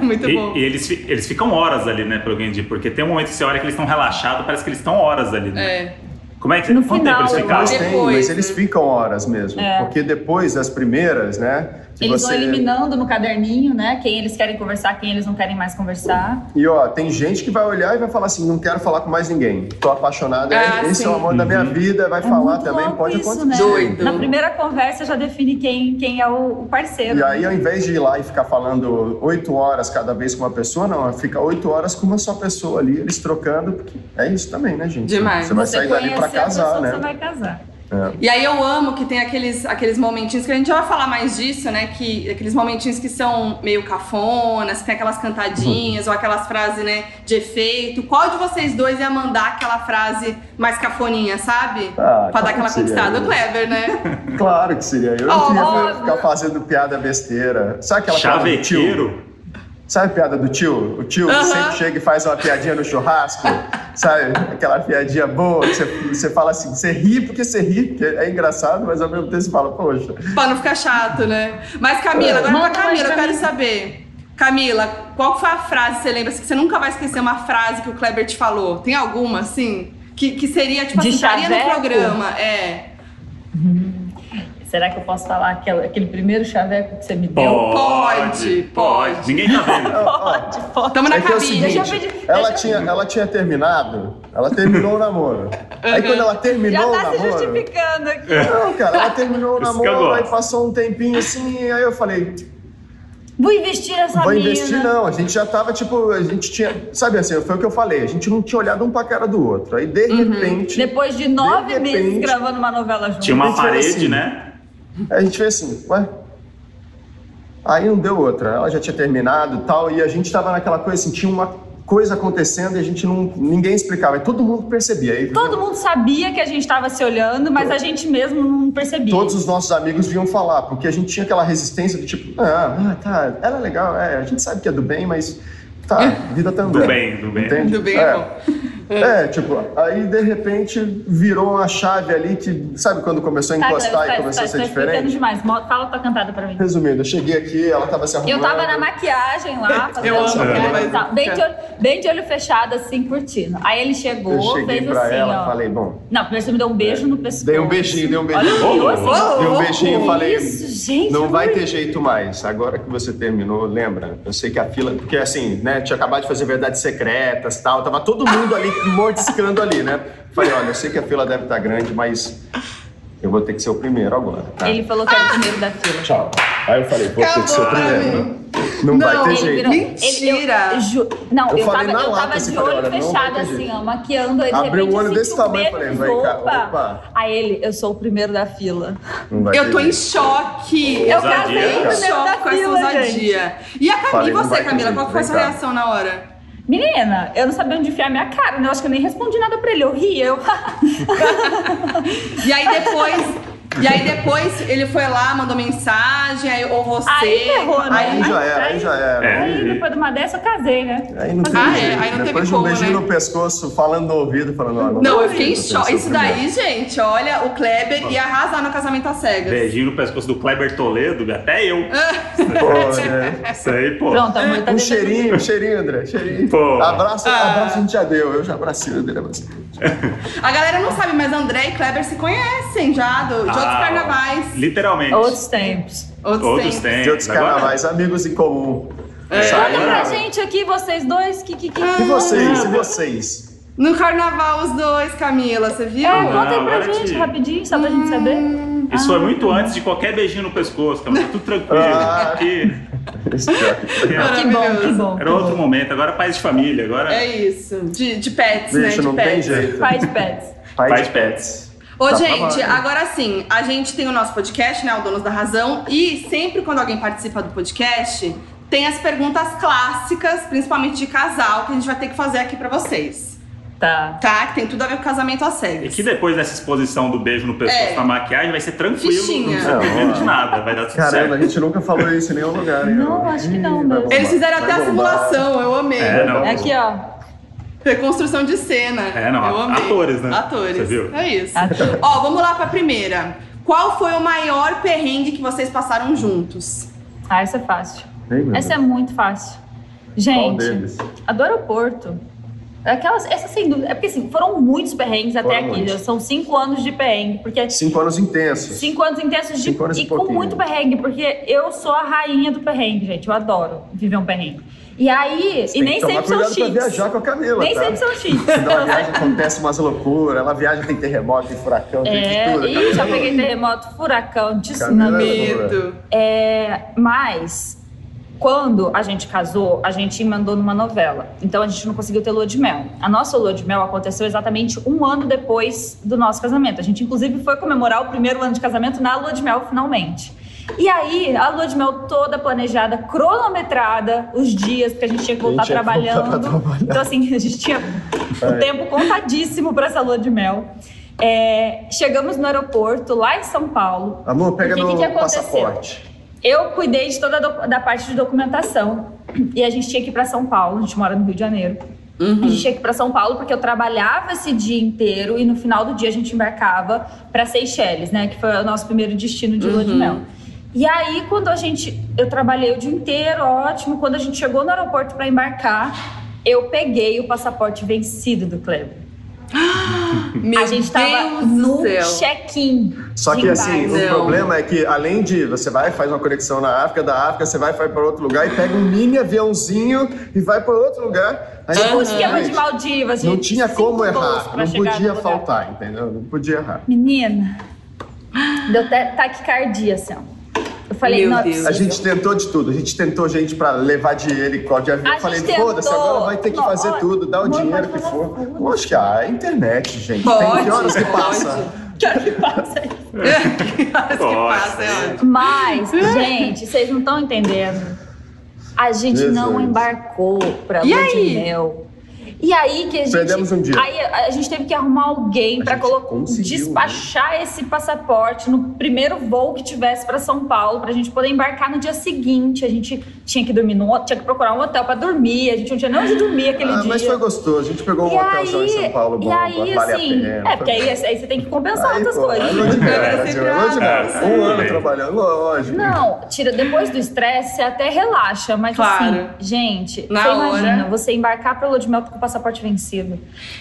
S3: Muito bom.
S6: E, e eles, fi- eles ficam horas ali, né, pelo que eu entendi, porque tem um momento que você olha que eles estão relaxados, parece que eles estão horas ali, né?
S3: É.
S6: Como é que
S4: No
S6: quanto
S4: final,
S6: tempo eles
S4: eu
S6: ficaram?
S5: Mas
S3: acho.
S5: tem,
S3: Depois,
S5: mas
S3: né?
S5: eles ficam horas mesmo.
S4: É.
S5: Porque depois das primeiras, né? que
S4: Eles vão
S5: você-
S4: eliminando no caderninho, né? Quem eles querem conversar, quem eles não querem mais conversar.
S5: E ó, tem gente que vai olhar e vai falar assim: não quero falar com mais ninguém. Tô apaixonada,
S3: Ah,
S5: esse é
S3: sim.
S5: o amor da minha vida, vai
S4: É
S5: falar
S4: muito
S5: também,
S4: louco
S5: pode
S4: isso,
S5: acontecer.
S4: né?
S3: Doido.
S4: Na primeira conversa já define quem, quem é o, o parceiro.
S5: E aí, ao invés de ir lá e ficar falando oito horas cada vez com uma pessoa, não, fica oito horas com uma só pessoa ali, eles trocando, porque é isso também, né, gente?
S3: Demais.
S5: Você vai
S4: você
S5: sair dali pra
S4: conhecer a pessoa
S5: casar,
S4: que você
S5: né?
S4: vai casar.
S5: É.
S3: E aí eu amo que tem aqueles, aqueles momentinhos que a gente já vai falar mais disso, né? Que aqueles momentinhos que são meio cafonas, que tem aquelas cantadinhas ou aquelas frases, né, de efeito. Qual de vocês dois ia mandar aquela frase mais cafoninha, sabe?
S5: Ah,
S3: pra dar
S5: qual
S3: aquela
S5: seria
S3: conquistada.
S5: isso?
S3: O Kleber, né?
S5: Claro que seria. Eu
S3: Ó,
S5: não queria
S4: óbvio.
S5: ficar fazendo piada besteira. Sabe aquela piada do tio?
S6: Chavequeiro.
S5: Sabe a piada do tio? O tio
S3: Aham.
S5: sempre chega e faz uma piadinha no churrasco. Sabe? Aquela piadinha boa. que Você, você fala assim, você ri porque você ri, porque é engraçado, mas ao mesmo tempo você fala, poxa.
S3: pra não ficar chato, né? Mas Camila, agora
S4: Manda
S3: pra Camila,
S4: mais
S3: eu
S4: pra
S3: quero
S4: mim.
S3: saber. Camila, qual foi a frase que você lembra? assim, que você nunca vai esquecer uma frase que o Kleber te falou. Tem alguma, assim? Que, que seria, tipo,
S4: De
S3: assim, estaria no
S4: chaveco?
S3: programa. É.
S4: Será que eu posso falar aquela- aquele primeiro chaveco que você me deu?
S3: Pode, pode.
S6: Ninguém tá vendo.
S4: Pode, pode.
S3: Tamo na
S5: É que é o
S3: cabine.
S4: Deixa
S5: seguinte,
S4: eu pedir-
S5: ela,
S4: deixa eu-
S5: tinha, ela tinha terminado, ela terminou o namoro. Aí
S3: Uhum.
S5: quando ela
S4: Já
S5: terminou
S4: tá
S5: o
S4: se
S5: namoro. É.
S4: justificando aqui.
S5: Não, cara, ela terminou o
S6: Isso que é eu
S5: namoro, aí
S6: gosto.
S5: passou um tempinho assim, aí eu falei,
S4: Vou investir nessa
S5: Vai
S4: mina.
S5: investir, não. A gente já tava, tipo, a gente tinha. Sabe assim, foi o que eu falei, a gente não tinha olhado um pra cara do outro. Aí, de repente,
S4: Uhum. Depois de nove
S5: De repente-
S4: meses gravando uma novela junto.
S6: Tinha uma
S5: Deixa eu ver
S6: parede,
S5: assim.
S6: né?
S5: a gente fez assim, ué. Aí não deu outra. Ela já tinha terminado e tal, e a gente tava naquela coisa assim, tinha uma coisa acontecendo e a gente não. ninguém explicava. E todo mundo percebia. Aí,
S4: Todo mundo sabia que a gente tava se olhando, mas a gente mesmo não percebia.
S5: Todos os nossos amigos vinham falar, porque a gente tinha aquela resistência do tipo, ah, ah, tá, ela é legal, é, a gente sabe que é do bem, mas tá,
S4: É.
S5: vida também.
S6: Do bem, do bem.
S5: Entende?
S3: Do bem,
S5: é.
S3: bom.
S5: É, tipo, aí de repente virou uma chave ali que, sabe quando começou a
S4: Tá,
S5: encostar
S4: tá,
S5: e começou
S4: tá,
S5: a ser
S4: tá explicando
S5: diferente?
S4: demais. Mo- Fala tua cantada pra mim.
S5: Resumindo, eu cheguei aqui, ela tava se arrumando.
S4: Eu tava na maquiagem lá, fazendo
S3: Eu amo
S5: né,
S4: maquiagem
S3: aquela
S4: e tal.
S3: música.
S4: Bem de, olho, bem de olho fechado, assim, curtindo. Aí ele chegou,
S5: é. Eu cheguei
S4: fez
S5: pra
S4: assim,
S5: ela,
S4: ó.
S5: falei, bom,
S4: Não, primeiro você me deu um beijo no pescoço.
S5: dei um beijinho, dei um beijinho.
S4: Olha
S6: Ô,
S4: que osso.
S3: louco.
S5: Dei um beijinho e falei,
S4: Isso, gente,
S5: não vai
S4: muito.
S5: ter jeito mais. Agora que você terminou, lembra? Eu sei que a fila, porque assim, né, tinha acabado de fazer verdades secretas, tal, tava todo mundo ali mordiscando ali, né? Falei, olha, eu sei que a fila deve estar grande, mas eu vou ter que ser o primeiro agora, tá?
S4: Ele falou que era o primeiro da fila.
S5: Tchau. Aí eu falei, vou ter que ser o
S3: Acabou,
S5: primeiro.
S3: amigo.
S5: Não,
S3: Não,
S5: vai ter
S3: ele
S5: jeito.
S4: virou-
S3: Mentira.
S4: ele- eu- ju- não,
S5: Eu
S4: eu,
S5: falei
S4: tava,
S5: na
S4: eu
S5: lata,
S4: tava
S5: assim,
S4: de
S5: falei,
S4: olho
S5: olha, não vai
S4: fechado,
S5: ter
S4: assim,
S5: jeito.
S4: ó, maquiando. Aí, de
S5: Abriu
S4: repente,
S5: o olho
S4: eu
S5: desse
S4: senti um
S5: tamanho,
S4: beijo,
S5: falei, vai, cara,
S4: opa.
S5: opa.
S4: Aí ele, eu sou o primeiro da fila.
S5: Não vai
S3: Eu
S5: ter
S3: tô em
S5: jeito.
S3: choque.
S6: Eu
S3: Eu
S6: Ousadia,
S3: casei
S6: casei
S3: em
S6: cara.
S4: primeiro da
S3: choque com essa
S4: fila,
S3: ousadia. E a Camila,
S5: Falei,
S3: e
S5: não
S3: você,
S5: vai ter
S3: Camila,
S5: jeito,
S3: qual foi a
S5: vem
S3: sua
S5: cá.
S3: reação na hora?
S4: Menina, eu não sabia onde enfiar minha cara, né? Eu acho que eu nem respondi nada pra ele. Eu ri, eu.
S3: E aí depois. E aí depois ele foi lá, mandou mensagem, aí ou você.
S4: Aí ferrou, né?
S5: Aí já era, aí já era.
S6: É.
S4: Aí depois de uma dessa eu casei, né?
S5: Aí não teve
S3: Ah, é,
S5: jeito.
S3: aí não teve
S5: Depois de um
S3: como,
S5: beijinho
S3: né?
S5: no pescoço, falando no ouvido, falando, olha,
S3: Não,
S5: vai
S3: eu
S5: ter
S3: fiquei em
S5: jeito, eu tenho que
S3: choque.
S5: ser o
S3: Isso
S5: primeiro.
S3: daí, gente, olha, o Kleber ia arrasar no casamento às cegas.
S6: Beijinho no pescoço do Kleber Toledo, até eu.
S3: Ah,
S5: Pô,
S3: é.
S5: né?
S6: Isso aí, pô.
S4: Pronto, amor, tá
S5: Um
S4: deixando-
S5: cheirinho, um cheirinho, André, cheirinho.
S6: Pô.
S5: Abraço,
S3: Ah.
S5: abraço a gente já deu, eu já abracei o André. abracei.
S3: A galera não sabe, mas André e Kleber se conhecem já do, de outros
S6: Ah,
S3: carnavais.
S6: Literalmente.
S4: Outros tempos.
S3: Outros,
S6: Outros
S3: tempos.
S5: De outros
S6: tempos. Agora-
S5: carnavais, amigos em comum. Sabe?
S4: É, Conta pra
S6: Agora-
S4: gente aqui, vocês dois, que. que, Ah, que...
S5: E vocês, e vocês?
S3: No carnaval, os dois, Camila, você viu?
S4: É,
S6: Ah,
S4: conta aí pra
S6: agora
S4: gente
S6: te-
S4: rapidinho, só pra gente saber.
S5: Hum.
S6: Isso foi muito
S3: Ah.
S6: antes de qualquer beijinho no pescoço, tá tudo tranquilo.
S5: Ah.
S6: Aqui,
S5: Esse cara que
S6: aqui era,
S4: Que bom, que bom.
S6: era outro momento, agora é pais de família, agora
S3: É isso, de, de pets, né?
S5: Bicho,
S3: De
S5: não
S3: pets.
S5: tem jeito.
S4: Faz pets.
S5: Pai
S6: pais
S5: de
S6: de
S5: pé.
S6: pets.
S3: Ô,
S5: Tá
S3: gente,
S5: trabalho.
S3: agora sim, a gente tem o nosso podcast, né? O Donos da Razão. E sempre quando alguém participa do podcast, tem as perguntas clássicas, principalmente de casal, que a gente vai ter que fazer aqui pra vocês.
S4: Tá.
S3: Tá? Que tem tudo a ver com casamento às
S6: E
S3: cegas.
S6: que depois dessa exposição do beijo no pescoço
S3: É.
S6: na maquiagem vai ser tranquilo, não
S3: Fichinha.
S6: precisa ter
S5: Não,
S6: medo de
S5: ó.
S6: nada, vai dar tudo
S5: Caramba, a
S6: certo.
S5: gente nunca falou isso em nenhum lugar, hein?
S4: Não, acho que não,
S5: Ih, vai
S4: Deus.
S5: bombar,
S3: Eles fizeram
S5: vai
S3: até a
S5: bombar.
S3: simulação, eu amei.
S6: É, não.
S4: É aqui, ó.
S3: Reconstrução de cena.
S6: É, não,
S3: eu amei.
S6: atores, né?
S3: Atores.
S6: Você viu?
S3: É isso.
S4: Atores.
S3: Ó, vamos lá pra primeira. Qual foi o maior perrengue que vocês passaram juntos?
S4: Ah, essa é fácil.
S5: Ei, meu
S4: Essa é
S5: Deus.
S4: muito fácil.
S5: Uhum. Qual
S4: Gente,
S5: deles?
S4: a do aeroporto. Aquelas, essa sem dúvida. É porque assim, foram muitos perrengues até
S5: Foram
S4: aqui.
S5: muitos.
S4: Já são cinco anos de perrengue. Porque é
S5: Cinco anos intensos.
S4: cinco anos intensos de,
S5: Cinco anos e
S4: e com
S5: pouquinho.
S4: muito perrengue. Porque eu sou a rainha do perrengue, gente. Eu adoro viver um perrengue. E aí, e
S5: Tem
S4: nem
S5: que tomar
S4: sempre são
S5: cuidado pra
S4: chiques.
S5: viajar com a Camila,
S4: Nem
S5: tá?
S4: sempre são chiques.
S5: Quando ela viaja, acontece umas loucuras. Ela viaja, tem terremoto, tem furacão, tem de
S4: É,
S5: tudo.
S4: e já
S5: Camila.
S4: peguei terremoto, furacão,
S5: Camila,
S4: tsunami.
S5: Medo.
S4: É, mas quando a gente casou, a gente mandou numa novela. Então a gente não conseguiu ter lua de mel. A nossa lua de mel aconteceu exatamente um ano depois do nosso casamento. A gente, inclusive, foi comemorar o primeiro ano de casamento na lua de mel, finalmente. E aí, a lua de mel toda planejada, cronometrada, os dias que a gente tinha que voltar
S5: gente ia voltar
S4: trabalhando.
S5: pra trabalhar. É.
S4: Então, assim, a gente tinha um
S5: Ai.
S4: tempo contadíssimo para essa lua de mel. É, chegamos no aeroporto, lá em São Paulo,
S5: Amor, pega
S4: O que
S5: no
S4: que aconteceu?
S5: passaporte.
S4: eu cuidei de toda a do- da parte de documentação. E a gente tinha que ir para São Paulo, a gente mora no Rio de Janeiro. A gente tinha que ir para São Paulo porque eu trabalhava esse dia inteiro e no final do dia a gente embarcava para Seychelles, né, que foi o nosso primeiro destino de lua de
S1: Uhum.
S4: mel. E aí quando a gente, eu trabalhei o dia inteiro, ótimo, quando a gente chegou no aeroporto para embarcar, eu peguei o passaporte vencido do Kleber.
S1: Meu
S4: a gente tava
S1: Deus
S4: no
S1: do céu.
S4: check-in.
S5: Só que
S4: de
S5: assim,
S4: embarque.
S5: o
S1: Não.
S5: problema é que além de você vai, faz uma conexão na África, da África você vai, vai para outro lugar e pega um mini aviãozinho e vai para outro lugar. Aí
S4: Tipo um
S5: não-
S4: esquema de
S1: Uhum.
S5: gente,
S4: Maldivas.
S5: Não
S4: gente,
S5: tinha
S4: cinco
S5: como
S4: voos
S5: errar,
S4: pra
S5: não
S4: chegar
S5: podia
S4: no lugar.
S5: faltar, entendeu? Não podia errar.
S4: Menina, deu até taquicardia, assim. ó. Eu falei,
S1: Meu
S4: não é
S1: Deus.
S4: possível.
S5: A gente tentou de tudo, a gente tentou gente pra levar de helicóptero de avião.
S4: A
S5: Eu falei,
S4: gente
S5: foda-se,
S4: tentou.
S5: agora vai ter que
S4: Não,
S5: fazer
S4: olha,
S5: tudo, dá o
S4: mãe,
S5: dinheiro
S4: pode
S5: que
S4: falar
S5: for.
S4: tudo.
S5: Lógico, ah, é internet, gente. Tem
S1: Pode,
S5: que horas que passa.
S1: pode.
S4: Que hora que passa aí?
S1: que passa, é ótimo.
S4: Mas, gente, vocês não estão entendendo. A gente
S5: Jesus.
S4: não embarcou pra
S1: E
S4: Lua
S1: aí?
S4: de Mel. E aí que a gente.
S5: Perdemos um dia.
S4: Aí a a gente teve que arrumar alguém
S5: A
S4: pra
S5: gente
S4: colocar,
S5: conseguiu, né?
S4: despachar esse passaporte no primeiro voo que tivesse pra São Paulo, pra gente poder embarcar no dia seguinte. A gente tinha que dormir no tinha que procurar um hotel pra dormir. A gente não tinha nem onde dormir aquele
S5: Ah,
S4: dia.
S5: mas foi gostoso. A gente pegou um hotelzão em São Paulo bom,
S4: e aí,
S5: vale
S4: assim,
S5: a pena.
S4: é, porque aí, aí você tem que compensar
S5: Aí,
S4: outras
S5: pô,
S4: coisas. É,
S5: aí não de
S1: Era
S5: graça,
S1: sempre
S5: não de
S6: graça.
S5: graça. Um ano
S6: Sim.
S5: trabalhando, lógico.
S4: Não, tira depois do estresse, você até relaxa, mas
S1: Claro.
S4: assim, gente,
S1: Na
S4: você imagina
S1: hora.
S4: você embarcar pra lua de mel com o passaporte vencido.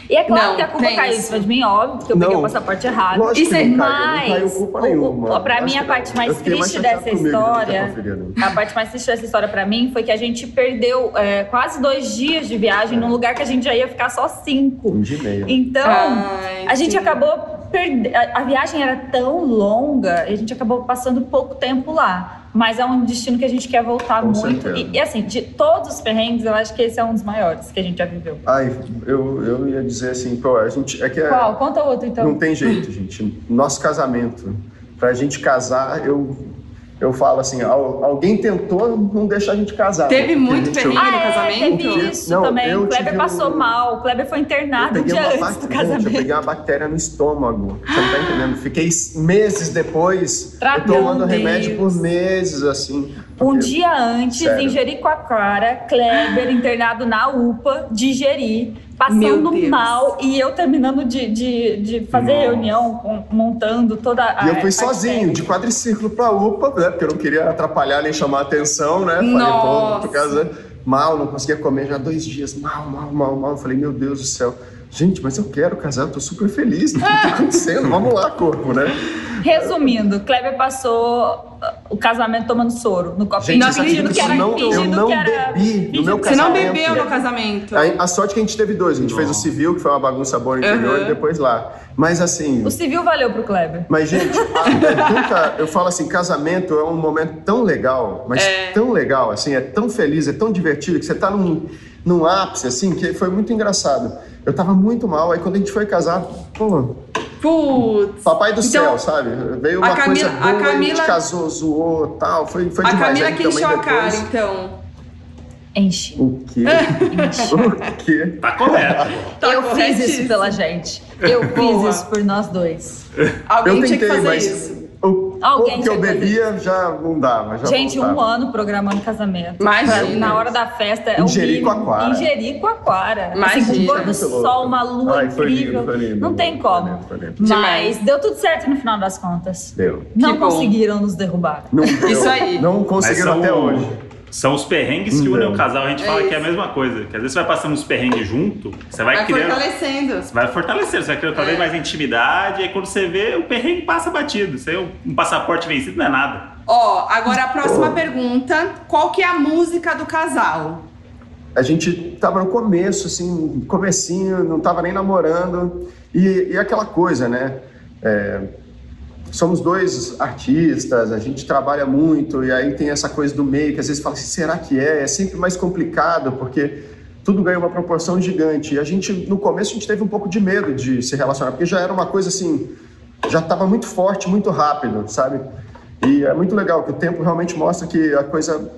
S4: E é claro
S1: Não,
S4: que a culpa
S1: tem
S4: caiu em
S1: isso.
S4: cima de mim, óbvio, porque eu peguei
S5: Não.
S4: o passaporte errado.
S5: Lógico
S1: Isso
S5: que
S1: é
S5: não
S4: mais.
S5: caiu, não caiu culpa
S4: O- o-
S5: nenhuma.
S4: pra mim,
S5: Acho
S4: a
S5: que
S4: parte
S5: não.
S4: mais
S5: Eu fiquei
S4: triste
S5: chateado
S4: dessa
S5: comigo do que
S4: história-
S5: tá conferido.
S4: A parte mais triste dessa história pra mim foi que a gente perdeu é, quase dois dias de viagem num lugar que a gente já ia ficar só cinco.
S5: Um dia e meio.
S4: Então,
S1: Ai,
S4: a gente
S1: sim.
S4: acabou perdendo. A a viagem era tão longa, e a gente acabou passando pouco tempo lá. Mas é um destino que a gente quer voltar
S5: Com
S4: muito.
S5: certeza.
S4: E, e, assim, de todos os perrengues, eu acho que esse é um dos maiores que a gente já viveu.
S5: Ai, eu, eu ia dizer assim, pô, a gente. É que é-
S4: Qual? Conta outro, então.
S5: Não tem jeito, gente. Nosso casamento. Pra gente casar, eu, eu falo assim, al- alguém tentou não deixar a gente casar. né?
S1: Teve
S5: Porque
S1: muito
S5: a gente-
S1: perrengue.
S5: eu-
S1: Ah, no
S4: é,
S1: casamento?
S4: teve isso
S5: Não,
S4: também.
S5: eu
S4: O Kleber
S5: tive
S4: passou
S5: um-
S4: mal. O Kleber foi
S5: Eu
S4: internado um
S5: peguei,
S4: dia
S5: uma
S4: antes do
S5: bactéria, gente, eu
S4: casamento.
S5: peguei uma bactéria no estômago. Você não tá entendendo? Fiquei meses depois
S4: Tratando,
S5: eu tomando remédio
S1: Deus.
S5: por meses, assim.
S4: Um
S5: porque-
S4: dia antes,
S5: Sério.
S4: em Jericoacoara, Kleber internado na UPA de Jeri,
S1: Meu
S4: passando
S1: Deus.
S4: mal e eu terminando de, de, de fazer
S6: Nossa.
S4: reunião, com- montando toda a.
S5: E eu fui
S4: a-
S5: sozinho, de quadriciclo pra UPA, né? Porque eu não queria atrapalhar nem chamar atenção, né? Falei, pô,
S1: Nossa.
S5: tô casando. Mal, não conseguia comer já dois dias. Mal, mal, mal, mal. Eu Falei, meu Deus do céu. Gente, mas eu quero casar, eu tô super feliz. O que tá acontecendo? Vamos lá, corpo, né?
S4: Resumindo, Kleber passou ah, o casamento tomando soro no copinho,
S1: Gente,
S5: você
S4: fingindo
S5: acredita
S4: que era
S5: eu não, eu
S4: fingindo
S5: não
S4: que era.
S5: bebi no meu
S1: Você não
S5: casamento.
S1: bebeu
S4: né?
S1: no casamento?
S5: Aí, A sorte é que a gente teve dois. A gente fez o civil, que foi uma bagunça boa no interior,
S1: Uhum.
S5: e depois lá. Mas assim...
S4: O civil valeu pro Kleber.
S5: Mas, gente, a- eu nunca. Eu falo assim: casamento é um momento tão legal, mas tão legal, assim, é tão feliz, é tão divertido, que você tá num, num ápice, assim, que foi muito engraçado. Eu tava muito mal, aí quando a gente foi casar, pô,
S1: Putz.
S5: papai do
S1: Então,
S5: céu, sabe? Veio uma
S1: a Camila-
S5: coisa boa,
S1: a
S5: a gente
S1: Camila-
S5: casou, zoou tal, foi, foi
S1: A
S5: demais.
S1: Camila
S4: né?
S5: Aí
S1: que
S5: também
S1: encheu a cara,
S5: depois-
S1: então.
S4: Enche.
S5: O quê? o quê?
S6: Tá correto.
S1: Tá
S4: eu fiz isso
S1: corretíssimo.
S4: pela gente. Eu fiz
S1: Boa.
S4: isso por nós dois.
S1: Alguém
S5: eu
S1: tinha que
S5: tentei,
S1: fazer
S5: mas
S1: isso.
S5: o
S4: Alguém
S5: pouco que eu
S4: tinha que fazer
S5: bebia já não dava. Já
S4: Gente,
S5: voltava.
S4: um ano programando casamento.
S1: Imagina.
S4: Pra- Na hora da festa. é
S5: Em
S4: o
S5: Jericoacoara.
S4: mínimo. Em Jericoacoara. Assim, com
S1: Imagina.
S4: um pôr do
S5: Muito louco.
S4: sol, uma lua
S5: Ai, foi
S4: incrível.
S5: lindo, foi lindo.
S4: Não tem
S5: Foi
S4: como.
S5: lindo, foi lindo.
S4: Mas
S1: Demais.
S4: deu tudo certo no final das contas.
S5: Deu.
S4: Não
S1: Que bom.
S4: conseguiram nos derrubar.
S5: Não deu.
S1: Isso aí.
S5: Não
S6: Mas
S5: conseguiram
S6: são,
S5: até hoje.
S6: são os perrengues que unem
S5: Não.
S6: o casal. A gente
S1: É
S6: fala que é a
S1: isso.
S6: mesma coisa. Que às vezes você vai passando uns perrengues junto, você vai,
S1: Vai
S6: criando.
S1: fortalecendo.
S6: Você vai fortalecer, você vai criando cada vez
S1: É.
S6: mais intimidade. E aí quando você vê, o perrengue passa batido. Você, um passaporte vencido não é nada.
S1: Ó, agora a próxima pergunta. Qual que é a música do casal?
S5: A gente tava no começo, assim, comecinho, não tava nem namorando. E, e aquela coisa, né? É, somos dois artistas, a gente trabalha muito, e aí tem essa coisa do meio que às vezes fala assim, será que é? É sempre mais complicado, porque tudo ganhou uma proporção gigante. E a gente, no começo, a gente teve um pouco de medo de se relacionar, porque já era uma coisa assim, já estava muito forte, muito rápido, sabe? E é muito legal que o tempo realmente mostra que a coisa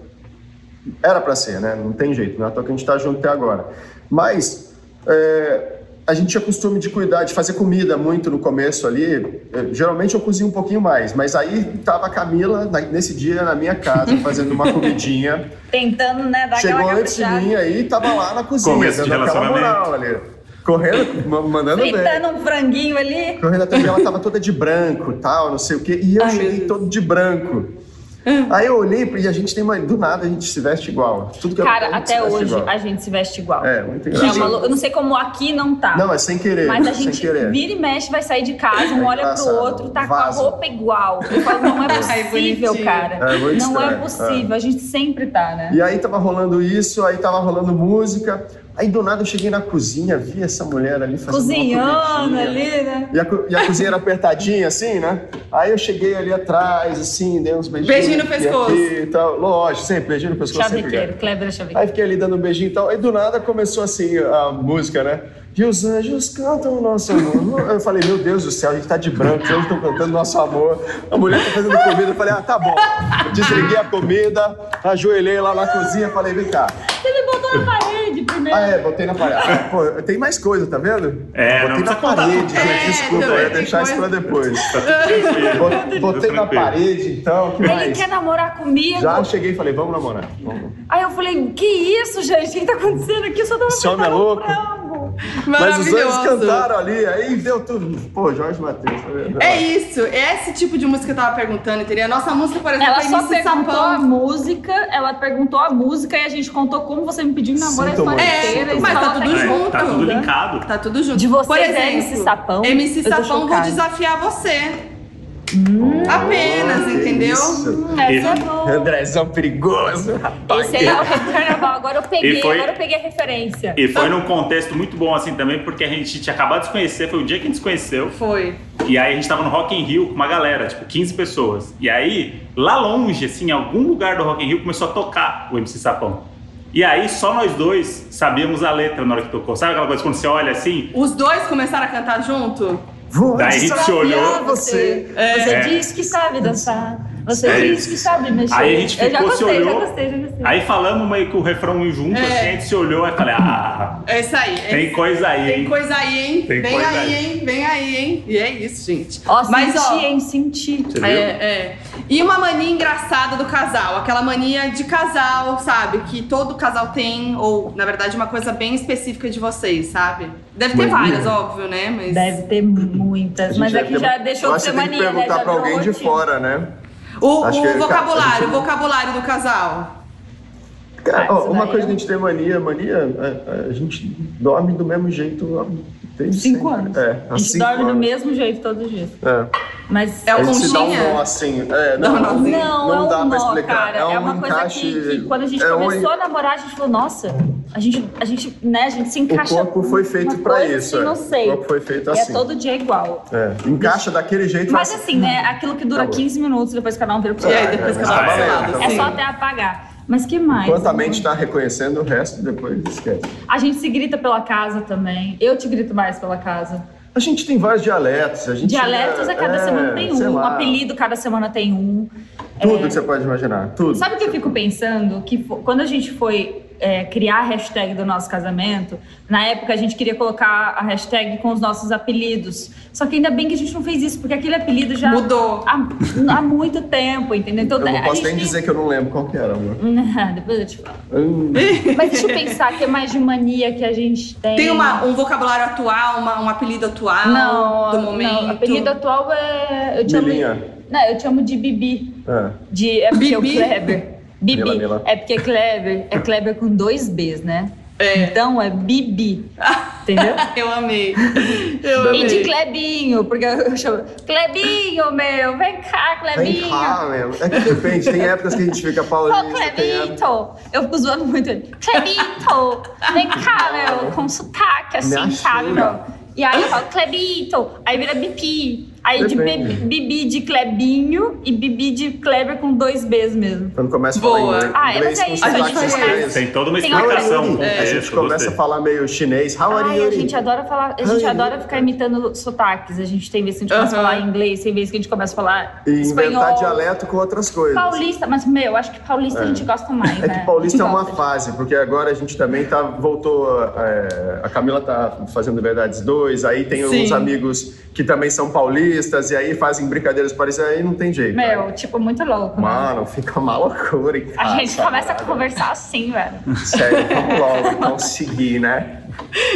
S5: era para ser, né? Não tem jeito, não é à toa que a gente está junto até agora. Mas é, a gente tinha costume de cuidar, de fazer comida muito no começo ali. Eu, geralmente eu cozinho um pouquinho mais, mas aí tava a Camila na- nesse dia na minha casa fazendo uma comidinha.
S4: Tentando, né, dar
S5: Chegou
S4: aquela
S5: antes de mim aí e tava lá na cozinha,
S6: Começo de
S5: dando aquela
S6: relacionamento.
S5: moral ali. Correndo, ma- mandando bem.
S4: Fritando um franguinho ali.
S5: Correndo até mim, ela tava toda de branco tal, não sei o quê. E eu
S3: Ai, meu
S5: cheguei
S3: Deus.
S5: todo de branco. Aí eu olhei e a gente tem uma. Do nada a gente se veste igual. Tudo que
S4: Cara,
S5: eu, a gente
S4: até
S5: se veste
S4: hoje
S5: igual.
S4: a gente se veste igual.
S5: É, muito
S4: É
S5: engraçado.
S4: uma lou- Eu não sei como aqui não tá.
S5: Não, é sem querer.
S4: Mas a
S5: sem
S4: gente
S5: querer.
S4: vira e mexe, vai sair de casa, um
S5: É
S4: olha pro
S5: engraçado.
S4: outro, tá
S5: Vaza.
S4: com a roupa igual. Eu falo, não é
S3: Ai,
S4: possível,
S3: bonitinho.
S4: cara.
S5: É muito
S4: não é
S5: estranho,
S4: possível, a gente sempre tá, né?
S5: E aí tava rolando isso, aí tava rolando música. Aí do nada eu cheguei na cozinha, vi essa mulher ali fazendo. uma
S4: Cozinhando
S5: comidinha.
S4: ali, né?
S5: E a, co- e a cozinha era apertadinha, assim, né? Aí eu cheguei ali atrás, assim, dei uns beijinhos.
S3: Beijinho no
S5: aqui,
S3: pescoço.
S5: aqui e tal. Lógico, sempre, beijinho no pescoço. sempre ganha.
S4: Chavequeiro, Kleber é chavequeiro.
S5: Aí fiquei ali dando um beijinho e tal. Aí do nada começou assim a música, né? E os anjos cantam o nosso amor. Eu falei, meu Deus do céu, a gente tá de branco, os anjos estão cantando nosso amor. A mulher tá fazendo comida. Eu falei, ah, tá bom. Desliguei a comida, ajoelhei lá na cozinha, falei, vem cá.
S4: Ele botou na parede primeiro.
S5: Ah, é, botei na parede. Pô, tem mais coisa, tá vendo?
S6: É, não
S5: botei na
S6: precisa contar
S5: parede,
S3: tudo.
S5: gente,
S3: É,
S5: desculpa, eu
S3: também
S5: ia
S3: tem
S5: deixar isso pra
S3: coisa.
S5: depois.
S6: Tranquilo.
S5: Botei, botei na
S6: é tranquilo.
S5: parede, então, o que
S4: Ele
S5: mais?
S4: quer namorar comigo.
S5: Já cheguei e falei, vamos namorar. Vamos.
S4: Aí eu falei, que isso, gente? O que tá acontecendo aqui? Eu só tava
S5: Esse homem
S4: fritando
S5: é louco.
S4: frango.
S5: Mas os anjos
S3: Maravilhoso.
S5: cantaram ali, aí deu tudo. Pô, Jorge Matheus. tá vendo?
S3: É isso, é esse tipo de música que eu tava perguntando, entendeu? A nossa música, por exemplo,
S4: Ela
S3: é
S4: só
S3: Início
S4: perguntou a
S3: Sapão.
S4: música, ela perguntou a música e a gente contou como você me pediu em namoro a
S5: Sinto
S4: história
S5: muito,
S4: inteira.
S5: sinto
S4: e
S3: muito. Mas
S4: fala
S3: tá
S4: até
S3: tudo
S4: que-
S3: junto.
S6: Tá tudo linkado.
S3: Tá tudo junto.
S4: De você
S3: Por
S4: é
S3: exemplo,
S4: MC Sapão?
S3: MC
S4: Eu tô
S3: Sapão, vou
S4: chocada.
S3: desafiar você. Apenas,
S5: Oh, que
S3: entendeu?
S5: isso.
S4: Hum, essa é
S6: Esse-
S4: boa.
S5: Andrezão perigoso, rapaz.
S4: Esse aí é o rei do carnaval. Agora eu peguei,
S6: E foi-
S4: agora eu peguei a referência.
S6: E
S3: Tá.
S6: foi num contexto muito bom, assim, também, porque a gente tinha acabado de se conhecer, foi o dia que a gente se conheceu.
S3: Foi.
S6: E aí a gente tava no Rock in Rio com uma galera, tipo 15 pessoas. E aí, lá longe, assim, em algum lugar do Rock in Rio, começou a tocar o MC Sapão. E aí, só nós dois sabíamos a letra na hora que tocou. Sabe aquela coisa quando você olha assim?
S3: Os dois começaram a cantar junto?
S5: Vou
S6: Daí a gente se
S5: desafiar
S6: olhou.
S5: Ah, Você.
S4: Você
S6: É.
S4: diz que sabe dançar. Você
S6: É
S4: diz
S6: isso.
S4: que sabe mexer.
S6: Aí a gente
S4: eu já
S6: ficou, se
S4: gostei, já
S6: olhou.
S4: gostei, já gostei.
S6: Aí falamos meio que o refrão junto,
S3: É.
S6: assim, a gente se olhou e falei, ah,
S3: É isso aí. é
S6: tem coisa aí,
S3: Tem
S6: hein?
S3: coisa aí, hein?
S6: Tem
S3: Vem
S6: coisa
S3: aí,
S6: aí.
S3: hein? Vem aí, hein? E é isso, gente.
S4: Ó,
S3: Mas,
S4: senti,
S3: ó,
S4: hein? Senti.
S6: Você viu?
S3: É, é. E uma mania engraçada do casal, aquela mania de casal, sabe? Que todo casal tem, ou na verdade uma coisa bem específica de vocês, sabe? Deve ter
S5: Mania?
S3: várias, óbvio, né? Mas.
S4: Deve ter
S5: A
S4: muitas,
S5: gente
S4: mas aqui
S5: ter-
S4: já deixou
S5: Eu
S4: de
S5: acho
S4: ser
S5: que tem que
S4: mania, né?
S5: perguntar
S4: Já
S5: pra
S4: virou
S5: alguém de
S4: rotina.
S5: fora, né?
S3: O,
S5: Acho
S3: o
S5: que, cara,
S3: vocabulário,
S5: a
S3: o
S5: gente-
S3: vocabulário do casal.
S5: Cara,
S4: Ah,
S5: ó,
S4: isso
S5: uma
S4: daí
S5: coisa
S4: é
S5: que a gente tem mania, mania, é, a, a gente dorme do mesmo jeito há desde
S4: Cinco
S5: sempre.
S4: anos.
S5: É, há
S4: a gente
S5: cinco
S4: dorme do
S5: anos.
S4: mesmo jeito todos os dias.
S5: É.
S4: Mas
S3: É
S5: A
S3: o
S5: gente se dá um
S3: conchinha?
S5: nó assim. É, não,
S3: Dá um
S5: não,
S3: nozinho.
S4: Não, é um
S5: dá
S4: nó,
S5: pra explicar.
S4: cara. É,
S5: um
S4: uma coisa
S5: encaixe,
S4: que, que quando a gente
S5: é um-
S4: começou a namorar, a gente falou, nossa, a gente, a gente, né, a gente se
S5: O
S4: encaixa.
S5: corpo foi feito
S4: uma
S5: pra
S4: coisa
S5: isso.
S4: assim,
S5: é.
S4: Não sei.
S5: O corpo foi feito
S4: E
S5: assim.
S4: é todo dia igual.
S5: É, Encaixa daquele jeito
S4: Mas
S5: assim.
S4: assim, né, aquilo que dura
S5: Tá bom.
S4: 15 minutos, depois cada um vira pro
S3: E
S4: seu
S3: aí,
S4: lado.
S3: depois
S5: é,
S3: que ela assim,
S6: mas tá
S3: vai
S5: valendo,
S3: pro
S5: tá
S4: É só
S3: lado,
S4: até apagar. Mas que mais? né?
S5: Enquanto a mente tá reconhecendo, o resto depois esquece.
S4: A gente se grita pela casa também. Eu te grito mais pela casa.
S5: A gente tem vários dialetos. A gente é,
S4: Dialetos a cada semana tem
S5: sei
S4: um,
S5: lá,
S4: apelido cada semana tem um.
S5: Tudo que você pode imaginar. Tudo.
S4: Sabe o que eu fico pensando? Que fo- quando a gente foi é, criar a hashtag do nosso casamento, na época a gente queria colocar a hashtag com os nossos apelidos. Só que ainda bem que a gente não fez isso, porque aquele apelido já.
S3: Mudou.
S4: Há, há muito tempo, entendeu? Então,
S5: Eu não
S4: a
S5: posso
S4: gente
S5: nem
S4: tem-
S5: dizer que eu não lembro qual que era, amor.
S4: Depois eu te falo.
S5: Hum,
S4: Mas deixa eu pensar que é mais de mania que a gente tem.
S3: Tem uma- um vocabulário atual, uma- um apelido atual
S4: Não,
S3: do
S4: não. O
S3: momento.
S4: apelido atual é. Eu te
S5: Milinha.
S4: amo. Não, eu te amo de Bibi.
S5: É.
S4: De, é porque
S3: Bibi?
S4: o Kleber. Bibi.
S5: Mila, Mila.
S4: É porque Kleber é Kleber com dois Bs, né?
S3: É.
S4: Então é Bibi. Entendeu?
S3: Eu amei. Eu
S4: E de
S3: amei.
S4: Klebinho, porque eu chamo. Klebinho, meu, vem cá,
S5: Vem
S4: Klebinho.
S5: cá, meu. É que depende. Tem épocas que a gente fica
S4: Ô,
S5: paulista. tem épocas-
S4: Clebito! Eu fico zoando muito ele. Clebito! Vem cá, meu! Com sotaque,
S5: Me
S4: assim,
S5: achei,
S4: sabe,
S5: meu.
S4: meu? E aí eu falo, Clebito! Aí vira bipi. Aí
S5: Depende.
S4: de Be- Bibi de Clebinho e Bibi de Kleber com dois Bs mesmo.
S5: Quando começa
S1: Boa.
S5: a falar inglês,
S4: Ah,
S5: inglês
S4: mas é
S5: com
S4: isso, a
S5: sotaque
S3: gente faz
S5: chinês.
S2: Tem toda uma
S4: Tem
S2: explicação.
S5: How are you?
S2: um
S5: É, a gente
S2: contexto,
S5: começa
S2: gostei.
S5: a falar meio chinês. How are
S4: Ai,
S5: you?
S4: a gente é adora falar, a gente
S5: Ai,
S4: adora
S5: Yuri.
S4: ficar imitando sotaques. A gente tem vezes que a gente começa a
S1: Aham.
S4: falar inglês, tem vezes que a gente começa a falar
S5: E inventar
S4: espanhol.
S5: dialeto com outras coisas.
S4: Paulista, mas meu, acho que paulista a gente gosta mais,
S5: É
S4: né?
S5: que Paulista é uma
S4: Gosta.
S5: fase, porque agora a gente também tá, voltou. é, a Camila tá fazendo Verdades 2, aí tem
S1: Sim.
S5: uns amigos que também são paulistas, e aí fazem brincadeiras parecidas, aí não tem jeito.
S4: Meu, tipo, muito louco. né?
S5: Mano, fica né? uma loucura em
S4: A
S5: casa,
S4: gente começa a
S5: caralho.
S4: conversar assim, velho.
S5: Sério, vamos logo conseguir, né?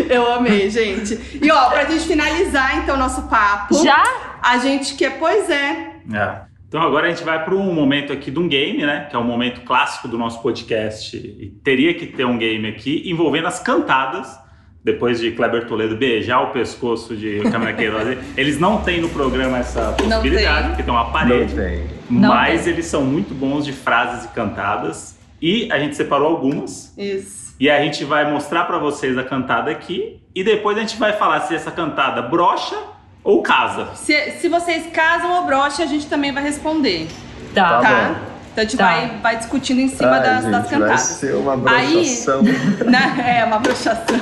S3: Eu amei, gente. E ó, pra gente finalizar então nosso papo.
S4: Já?
S3: A gente quer, pois é.
S6: É.
S2: Então agora a gente vai para um momento aqui de um game, né? Que é um momento clássico do nosso podcast. E teria que ter um game aqui envolvendo as cantadas. Depois de Kleber Toledo beijar o pescoço de Camila Queiroz. Eles não têm no programa essa possibilidade,
S1: tem.
S2: porque tem uma
S5: Não
S2: parede.
S5: tem.
S4: Não
S2: mas eles são muito bons de frases e cantadas. E a gente separou algumas.
S3: Isso.
S2: E a gente vai mostrar pra vocês a cantada aqui e depois a gente vai falar se essa cantada brocha ou casa.
S3: Se, se vocês casam ou broche, a gente também vai responder, tá?
S5: Tá bom.
S3: Então a gente
S4: Tá.
S3: vai, vai discutindo em cima
S5: Ai,
S3: das,
S5: gente,
S3: das
S5: Vai
S3: cantadas.
S5: ser uma
S3: Aí-
S5: brochação.
S3: Na- é, uma brochação.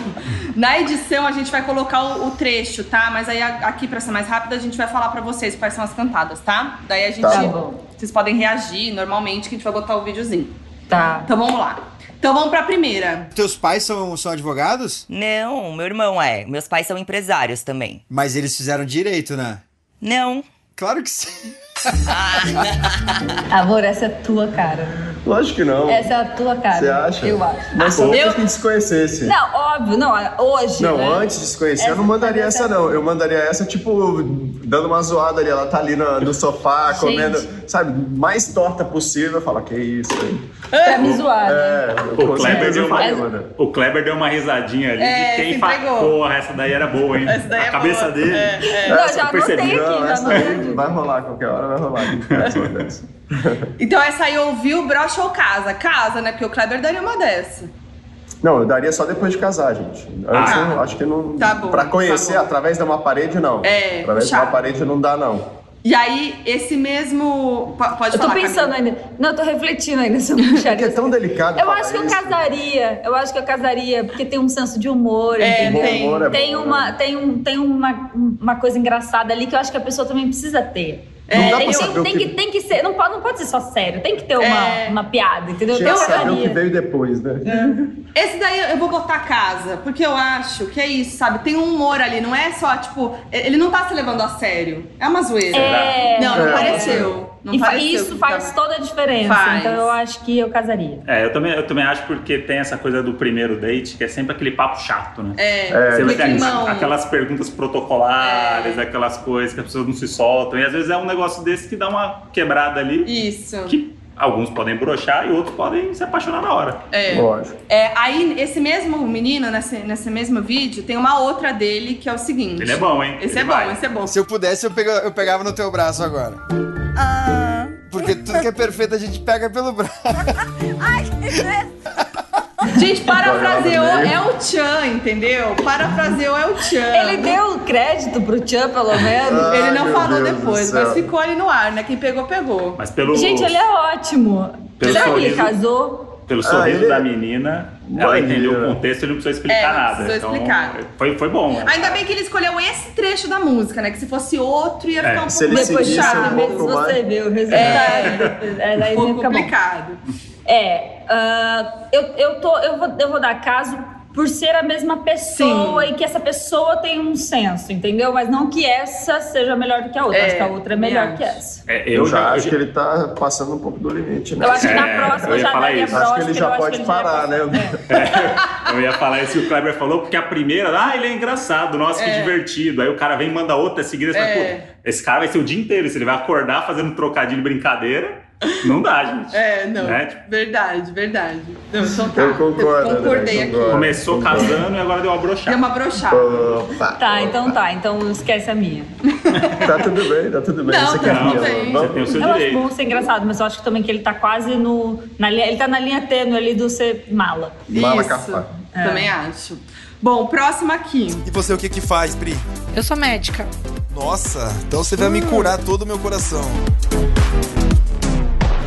S3: Na edição a gente vai colocar o, o trecho, tá? Mas aí a- aqui, pra ser mais rápido, a gente vai falar pra vocês quais são as cantadas, tá? Daí a gente.
S5: Tá
S4: bom.
S3: Vocês podem reagir normalmente, que a gente vai botar o videozinho.
S4: Tá.
S3: Então vamos lá. Então vamos pra primeira.
S7: Teus pais são, são advogados?
S8: Não, meu irmão é. Meus pais são empresários também.
S7: Mas eles fizeram direito, né?
S8: Não.
S7: Claro que sim.
S4: Amor, essa é tua cara.
S5: Lógico que não.
S4: Essa é a tua cara.
S5: Você acha?
S4: Eu acho.
S5: Mas só
S3: Ah, Eu-
S5: depois que desconhecesse.
S4: Não, óbvio, não, hoje.
S5: Não,
S4: né?
S5: antes de se conhecer, eu
S4: Essa
S5: não mandaria
S4: foi
S5: essa, não. Eu mandaria essa, tipo, dando uma zoada ali. Ela tá ali no, no sofá,
S4: Gente.
S5: comendo, sabe, mais torta possível. Fala, que isso aí.
S4: Pra me zoar, né?
S5: É, com
S2: Kleber
S5: certeza né?
S2: deu
S5: eu
S2: uma-
S5: falei, mano.
S2: O Kleber deu uma risadinha ali
S3: É,
S2: de quem
S3: se
S2: fala.
S3: entregou.
S2: Porra, essa daí era boa, hein?
S3: Essa daí
S2: a
S3: é
S2: cabeça
S3: boa.
S2: dele.
S3: É,
S4: Não,
S5: Essa
S4: já
S5: eu
S4: anotei
S2: percebi.
S4: aqui, tá
S5: Não,
S4: já
S5: essa aí
S4: anotei.
S5: vai rolar qualquer hora, vai rolar. Essa-
S3: Então essa aí ouviu brocha ou casa? Casa, né? Porque o Kleber daria uma dessa.
S5: não, eu daria só depois de casar, gente. Antes,
S2: Ah.
S5: eu acho que não.
S3: Tá bom,
S5: pra conhecer
S3: tá bom.
S5: através de uma parede, não.
S3: É,
S5: através de
S3: chato.
S5: uma parede não dá, não.
S3: E aí, esse mesmo. po- Pode
S4: Eu tô
S3: falar.
S4: pensando né?
S3: Camila.
S4: ainda. Não, eu tô refletindo ainda sobre o
S5: Porque é tão delicado.
S4: Eu
S5: falar
S4: acho que eu
S5: isso.
S4: casaria. Eu acho que eu casaria, porque tem um senso de humor,
S3: É,
S4: entendeu?
S5: Bom humor é
S4: Tem,
S5: bom, né?
S4: uma, tem, um, tem uma, uma coisa engraçada ali que eu acho que a pessoa também precisa ter. É,
S5: Não dá
S4: tem,
S5: pra
S4: tem-
S5: saber o
S4: tem
S5: que-
S4: que... tem que ser, não pode, não pode ser só sério, tem que ter uma,
S3: É.
S4: uma piada, entendeu?
S5: Tinha
S4: Eu
S5: que saber o que
S4: faria.
S5: veio depois, né?
S3: Esse daí eu vou botar casa, porque eu acho que é isso, sabe? Tem um humor ali, não é só, tipo, ele não tá se levando a sério. É uma zoeira.
S4: É.
S3: Não, não
S5: É.
S3: pareceu. Não
S4: E fa-
S3: pareceu
S4: isso
S3: que tá.
S4: faz
S3: tava-
S4: toda a diferença.
S3: Faz.
S4: Então eu acho que eu casaria.
S2: É, eu também, eu também acho porque tem essa coisa do primeiro date, que é sempre aquele papo chato, né?
S3: É,
S2: Você vai
S3: Fica
S2: ter
S3: irmão.
S2: aquelas perguntas protocolares,
S3: É.
S2: aquelas coisas que as pessoas não se soltam. E às vezes é um negócio desse que dá uma quebrada ali,
S3: Isso.
S2: que alguns podem brochar e outros podem se apaixonar na hora.
S3: É.
S5: Lógico.
S3: É, aí, esse mesmo menino, nesse, nesse mesmo vídeo, tem uma outra dele que é o seguinte.
S2: Ele é bom, hein?
S3: Esse
S2: Ele
S3: é
S2: vai.
S3: bom, esse é bom.
S7: Se eu pudesse, eu, pega- eu pegava no teu braço agora.
S8: Ah.
S7: Porque tudo que é perfeito a gente pega pelo braço.
S3: Gente, parafraseou
S5: Olha lá no meio.
S3: é o Chan, entendeu? Parafraseou é o Chan.
S4: Ele deu crédito pro Tchan, pelo menos.
S5: Ai,
S3: Ele não
S5: meu
S3: falou
S5: Deus do
S3: depois,
S5: céu.
S3: mas ficou ali no ar, né? Quem pegou, pegou.
S2: Mas pelo,
S4: Gente, ele é ótimo.
S2: Pelo
S4: Será que
S2: sorriso.
S4: ele casou?
S2: pelo sorriso
S5: ele-
S2: da menina, ela
S5: Mania.
S2: entendeu o contexto e não precisou explicar
S3: É, não
S2: nada.
S3: precisou
S2: então,
S3: explicar.
S2: Foi, foi bom. né?
S3: Ainda bem que ele escolheu esse trecho da música, né? Que se fosse outro, ia
S2: É,
S3: ficar um
S5: se
S3: pouco
S5: ele
S3: mais
S4: Depois de
S5: seguisse
S3: puxado.
S4: quatro
S5: um
S4: meses
S5: pouco mais.
S4: você vê o resultado. É, daí
S3: Um pouco
S4: fica bom.
S3: complicado.
S4: É, ah, eu, eu, tô, eu, vou, eu vou dar caso por ser a mesma pessoa e que essa pessoa tem um senso, entendeu? Mas não que essa seja melhor do que a outra.
S3: É,
S4: acho que a outra é melhor
S3: eu
S4: que
S3: acho.
S4: essa.
S2: É,
S5: Eu, já, acho
S2: eu
S5: que ele tá passando um pouco do limite, né?
S4: Eu acho que
S2: É,
S4: na
S2: eu
S4: próxima
S2: ia
S4: já
S2: falar
S4: daria
S2: isso.
S4: próxima.
S5: Acho que ele já
S4: eu
S5: pode
S4: ele já
S5: parar,
S4: pode-
S5: né?
S2: Eu ia falar isso que o Kleber falou, porque a primeira, ah, ele é engraçado, nossa, que divertido. Aí o cara vem e manda outra seguida, você
S3: É.
S2: fala, pô, esse cara vai ser o dia inteiro, se ele vai acordar fazendo trocadilho e brincadeira, não dá, gente.
S3: É, não.
S2: Né? Tipo,
S3: Verdade, verdade. Não, então tá.
S5: Eu concordo,
S3: concordei
S5: né?
S3: aqui.
S5: Concordo.
S2: Começou casando e agora deu uma
S3: Deu
S2: brochada.
S3: uma brochada.
S5: Opa.
S4: Tá, então tá. Então esquece a minha.
S5: Tá tudo bem, tá tudo bem.
S3: Não,
S5: você
S3: tá
S5: quer
S3: tudo
S5: minha?
S3: bem.
S2: Você tem o
S5: Vamos.
S2: seu
S4: eu acho
S2: direito.
S4: bom ser engraçado, mas eu acho também que ele tá quase no. Na linha, ele tá na linha tênue ali do ser mala.
S5: Mala
S3: Isso.
S5: cafá.
S3: Também acho. Bom, próximo aqui.
S7: E você o que que faz, Pri?
S9: Eu sou médica. Nossa, então você vai me curar todo o meu coração.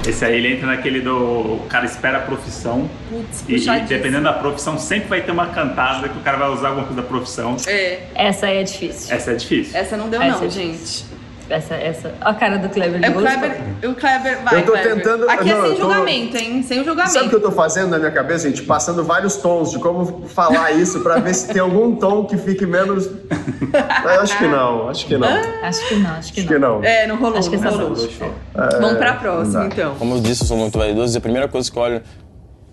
S2: Esse aí ele entra naquele do. O cara espera a profissão.
S4: Putz,
S2: E, e
S4: puxadíssimo.
S2: dependendo da profissão, sempre vai ter uma cantada que o cara vai usar alguma coisa da profissão.
S3: É,
S4: Essa aí é difícil.
S2: Essa é difícil.
S3: essa não deu,
S4: Essa
S3: não,
S4: é
S3: gente.
S4: Essa, essa. Ó a cara do Kleber. ele
S3: É o
S4: gostou.
S3: Kleber. O Kleber vai.
S5: Eu tô
S3: Kleber.
S5: tentando-
S3: Aqui
S5: não,
S3: é sem
S5: eu tô-
S3: julgamento, hein? Sem julgamento.
S5: Sabe o que eu tô fazendo na minha cabeça, gente? Passando vários tons de como falar isso pra ver se tem algum tom que fique menos. Mas acho que não, acho que não.
S4: Acho que não, acho que
S5: Acho
S4: não.
S5: que não.
S3: É, não rolou,
S4: Acho que
S3: não
S4: essa
S3: rolou.
S4: não.
S5: É,
S3: Vamos pra
S5: não
S3: próxima,
S5: dá.
S3: então.
S10: Como eu disse, eu sou muito vaidoso e a primeira coisa que eu olho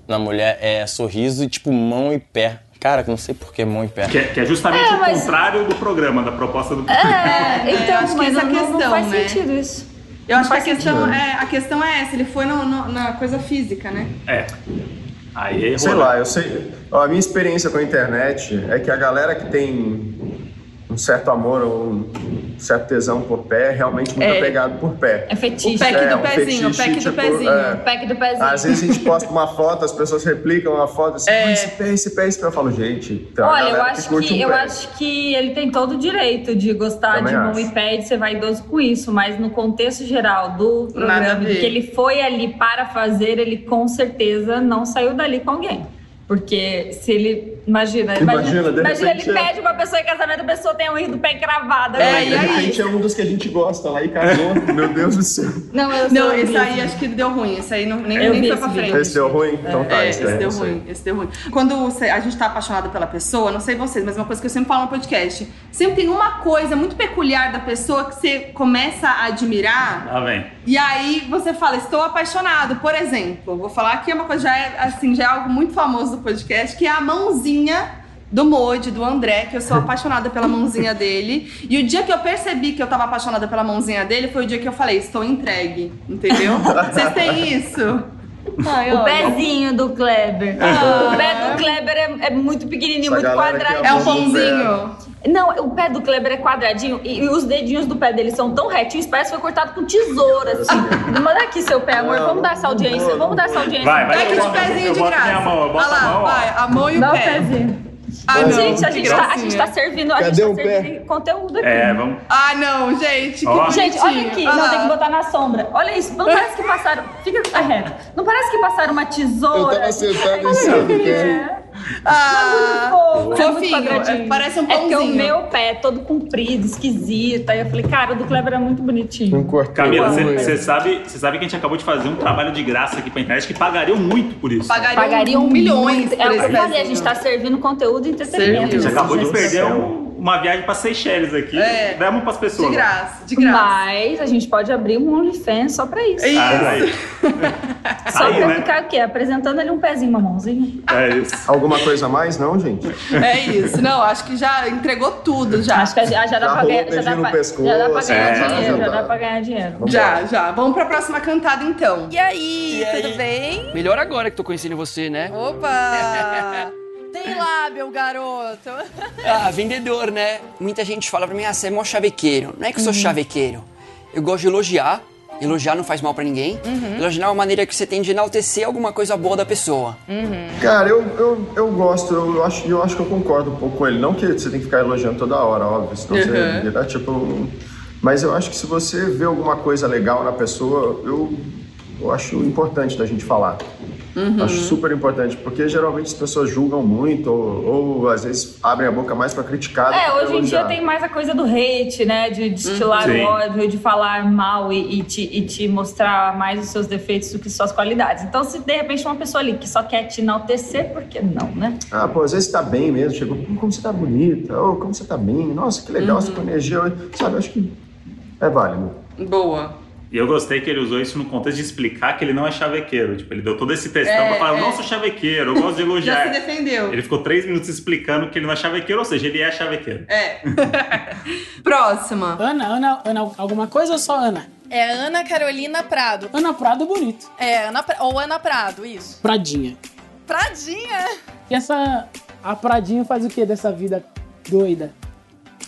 S10: na mulher é sorriso e, tipo, mão e pé. Cara, que eu não sei por que mão e pé.
S2: Que, é- que é justamente
S4: É,
S2: o
S4: mas-
S2: contrário do programa, da proposta do programa.
S4: É,
S3: É,
S4: então,
S3: acho que
S4: mas
S3: essa
S4: não, não-
S3: questão,
S4: não faz
S3: né?
S4: sentido isso.
S3: Eu acho que a questão, é, a questão é essa, ele foi no- no- na coisa física, né?
S2: É. Aí errou.
S5: Sei
S2: né?
S5: lá, eu sei. ó, a minha experiência com a internet é que a galera que tem um certo amor ou um certo tesão por pé é realmente muito
S4: É.
S5: apegado por pé.
S4: É
S3: O
S4: fetiche.
S3: pack
S5: É,
S3: do
S5: um
S3: pezinho, o
S5: fetiche,
S3: pack do
S5: tipo,
S3: pezinho.
S5: é.
S4: Pack do pezinho.
S5: Às vezes a gente posta uma foto, as pessoas replicam a foto assim,
S3: É.
S5: "Ah, esse pé, esse pé, esse pé. Eu falo, gente, tem uma
S4: Olha, eu
S5: galera
S4: acho
S5: curte
S4: que,
S5: um
S4: eu
S5: pé.
S4: acho que ele tem todo o direito de gostar
S5: Também
S4: de mão
S5: acho.
S4: e pé e de ser vaidoso com isso, mas no contexto geral
S3: Nada
S4: do
S3: a
S4: programa, do
S3: ver.
S4: que ele foi ali para fazer, ele com certeza não saiu dali com alguém. Porque se ele. Imagina,
S5: Imagina,
S4: imagina,
S5: de
S4: imagina
S5: repente
S4: ele
S5: é.
S4: pede uma pessoa em casamento, a pessoa tem um rio do pé cravado.
S3: É,
S5: De
S3: e aí?
S5: repente é um dos que a gente gosta lá e cagou. Meu Deus do céu.
S4: Não, eu
S3: Não,
S4: sou
S3: esse aí
S4: mesmo.
S3: acho que deu ruim, esse aí não, nem,
S4: Eu
S3: nem foi
S4: vi esse
S3: pra
S4: vídeo.
S3: frente.
S5: Esse deu ruim? Então tá,
S3: É,
S5: esse daí
S3: esse
S5: eu
S3: deu
S5: não sei.
S3: ruim, esse deu ruim. Quando você- a gente tá apaixonado pela pessoa, não sei vocês, mas é uma coisa que eu sempre falo no podcast, sempre tem uma coisa muito peculiar da pessoa que você começa a admirar,
S2: Lá vem.
S3: e aí você fala, estou apaixonado. Por exemplo, vou falar que é uma coisa já é, assim, já é algo muito famoso do podcast, que é a mãozinha do Modi, do André, que eu sou apaixonada pela mãozinha dele. E o dia que eu percebi que eu tava apaixonada pela mãozinha dele, foi o dia que eu falei, estou entregue, entendeu? Vocês têm isso? Ai,
S4: O
S3: olha.
S4: pezinho do Kleber.
S3: Ah.
S4: O pé do Kleber é, é muito pequenininho,
S5: Essa
S4: muito
S5: galera que
S4: quadradinho.
S3: É um
S5: Mão do
S3: pãozinho.
S4: Não, o pé do Kleber é quadradinho e, e os dedinhos do pé dele são tão retinhos, parece que foi cortado com tesoura, assim. Manda aqui seu pé, amor.
S5: Não,
S4: Vamos dar essa
S5: não
S4: audiência.
S5: vou,
S4: Vamos
S5: não
S4: dar essa
S5: vou.
S4: audiência.
S2: Vai, vai,
S3: Pé que
S2: eu
S3: de
S2: boto- eu
S3: pezinho de
S2: boto minha
S3: graça.
S2: mão, eu boto
S3: Olha
S2: a mão,
S3: lá,
S2: ó.
S3: vai, a mão e o
S4: Dá o
S3: pé.
S4: pezinho.
S3: Ah, não,
S4: gente, a
S3: que
S4: gente, tá, a gente
S3: gracinha.
S4: tá servindo, a gente
S5: Cadê
S4: tá
S5: o pé?
S4: servindo conteúdo aqui.
S2: É, vamos.
S3: Ah, não, gente, que
S2: Ó.
S4: Gente, olha aqui,
S3: bonitinho.
S4: não,
S3: lá.
S4: tem que botar na sombra. Olha isso,
S2: É.
S4: não parece que passaram. Fica tá reto. Não parece que passaram uma tesoura. assim.
S9: Eu tava sentado em
S4: Olha
S9: cima do
S4: aqui,
S9: pé.
S4: é.
S3: Ah,
S4: Pô, é muito
S3: Fofinho,
S4: quadradinho.
S3: é, parece um
S4: É porque o
S3: pãozinho.
S4: meu pé é todo comprido, esquisito. Aí eu falei, cara, o do Kleber é muito bonitinho.
S9: cortei.
S2: Camila,
S9: o
S2: você
S9: unha.
S2: você sabe, você sabe que a gente acabou de fazer um trabalho de graça aqui pra internet que pagariam muito por isso.
S3: pagariam,
S4: Pagariam
S3: milhões
S4: muito. É o que eu
S3: um esse
S4: falei, a
S3: pezinho.
S4: gente tá servindo conteúdo e
S2: A gente
S4: entretenimento.
S3: Serviu.
S2: acabou de
S5: Meu Deus
S2: perder
S5: do céu.
S2: um- uma viagem pra Seychelles aqui.
S3: É.
S2: Demos pras
S3: De
S2: pessoas.
S3: graça, de graça.
S4: Mas a gente pode abrir um OnlyFans só pra isso.
S3: Isso.
S2: Ah, aí.
S4: Só
S2: Aí,
S4: pra
S2: né?
S4: ficar o quê? Apresentando ali um pezinho, uma mãozinha.
S2: É isso.
S5: Alguma coisa a mais, não, gente?
S3: É isso. Não, acho que já entregou tudo Tá. já.
S4: Acho que já, já dá
S5: Já
S4: pra
S5: rolou
S4: ganhar
S5: beijinho
S4: já dá
S5: no
S4: pra-
S5: pescoço,
S4: já dá pra ganhar
S2: é,
S4: dinheiro.
S5: já
S4: Já
S5: tá.
S4: dá pra ganhar dinheiro.
S3: Já, já. Vamos pra próxima cantada então.
S11: E aí, tudo bem?
S12: Melhor agora que tô conhecendo você, né?
S3: Ah,
S11: Opa! Tem lá, meu garoto.
S12: Ah, vendedor, né? Muita gente fala pra mim, ah, você é mó chavequeiro. Não é que eu sou
S11: Uhum.
S12: chavequeiro. Eu gosto de elogiar. Elogiar não faz mal pra ninguém.
S11: Uhum.
S12: Elogiar é uma maneira que você tem de enaltecer alguma coisa boa da pessoa.
S5: Cara, eu, eu, eu gosto, eu, eu acho, eu acho que eu concordo um pouco com ele. Não que você tem que ficar elogiando toda hora, óbvio, senão você
S3: Uhum.
S5: virar tipo. um- Mas eu acho que se você vê alguma coisa legal na pessoa, eu, eu acho importante da gente falar.
S4: Uhum.
S5: Acho super importante, porque geralmente as pessoas julgam muito, ou, ou às vezes abrem a boca mais pra criticar. do
S4: É,
S5: que pra
S4: hoje em dia
S5: elogiar.
S4: tem mais a coisa do hate, né? De destilar
S2: Sim.
S4: o ódio, de falar mal e, e te, e te mostrar mais os seus defeitos do que suas qualidades. Então, se de repente uma pessoa ali que só quer te enaltecer, por que não, né?
S5: Ah, pô, às vezes tá bem mesmo, chegou, "Pô, como você tá bonita, ou como você tá bem, nossa, que legal,
S4: Uhum.
S5: você com energia, hoje." sabe, acho que é válido.
S3: Boa.
S2: E eu gostei que ele usou isso no contexto de explicar que ele não é chavequeiro. Tipo, ele deu todo esse textão
S3: É,
S2: pra falar, eu
S3: é.
S2: não sou chavequeiro, eu gosto de
S3: Já
S2: elogiar.
S3: se defendeu.
S2: Ele ficou três minutos explicando que ele não é chavequeiro, ou seja, ele é chavequeiro.
S3: É. próxima.
S13: Ana, Ana, Ana, alguma coisa ou só Ana?
S11: É Ana Carolina Prado.
S13: Ana Prado é bonito.
S11: É, Ana Pra- ou Ana Prado, isso.
S13: Pradinha.
S11: Pradinha!
S13: E essa. A Pradinha faz o que dessa vida doida?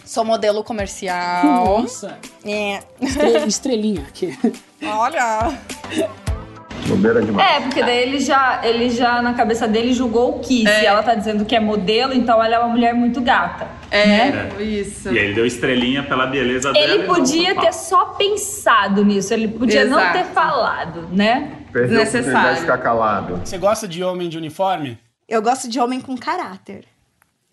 S11: Sou modelo comercial.
S13: Nossa.
S11: É.
S13: Estre- Estrelinha aqui.
S11: Olha!
S5: Bobeira demais.
S4: É, porque daí ele já, ele já na cabeça dele julgou o que. Se ela tá dizendo que é modelo, então ela é uma mulher muito gata.
S3: É, isso.
S2: E ele deu estrelinha pela beleza dela.
S4: Ele
S2: e não
S4: podia
S2: pelo
S4: ter só pensado nisso, ele podia não
S2: Exato.
S4: ter falado, né?
S5: Perdeu a oportunidade de ficar calado.
S14: Você gosta de homem de uniforme?
S11: Eu gosto de homem com caráter.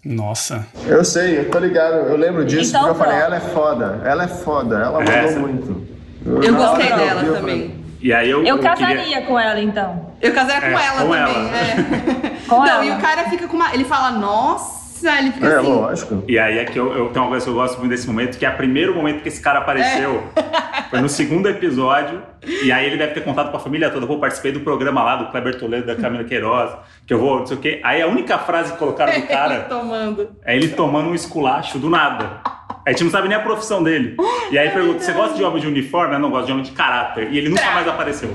S14: Nossa.
S5: Eu sei, eu tô ligado, eu lembro disso,
S11: Então,
S5: porque eu falei,
S11: pronto.
S5: ela é foda, ela é foda, ela mandou
S2: Essa.
S5: muito.
S2: Eu
S5: na hora
S2: gostei
S5: que eu
S2: dela
S5: vi, eu falei,
S2: também. E aí eu,
S4: Eu,
S2: eu
S4: casaria
S2: queria...
S4: com ela, então.
S3: Eu casaria com
S2: É,
S3: ela
S2: com
S3: também.
S2: ela.
S3: É.
S4: Com
S3: não,
S4: ela.
S3: e o cara fica com uma. Ele fala, nossa, ele fica assim.
S5: "É, lógico.
S2: E aí é que eu, eu tenho uma coisa que eu gosto muito desse momento, que é o primeiro momento que esse cara apareceu.
S3: É.
S2: Foi no segundo episódio. E aí ele deve ter contado pra família toda. Pô, participei do programa lá do Kleber Toledo, da Camila Queiroz, que eu vou, não sei o quê. Aí a única frase que colocaram do
S3: Ele
S2: cara
S3: tomando.
S2: é ele tomando um esculacho do nada. A gente não sabe nem a profissão dele. E aí pergunta: você gosta de homem de uniforme? Eu não gosto de homem de caráter. E ele nunca mais apareceu.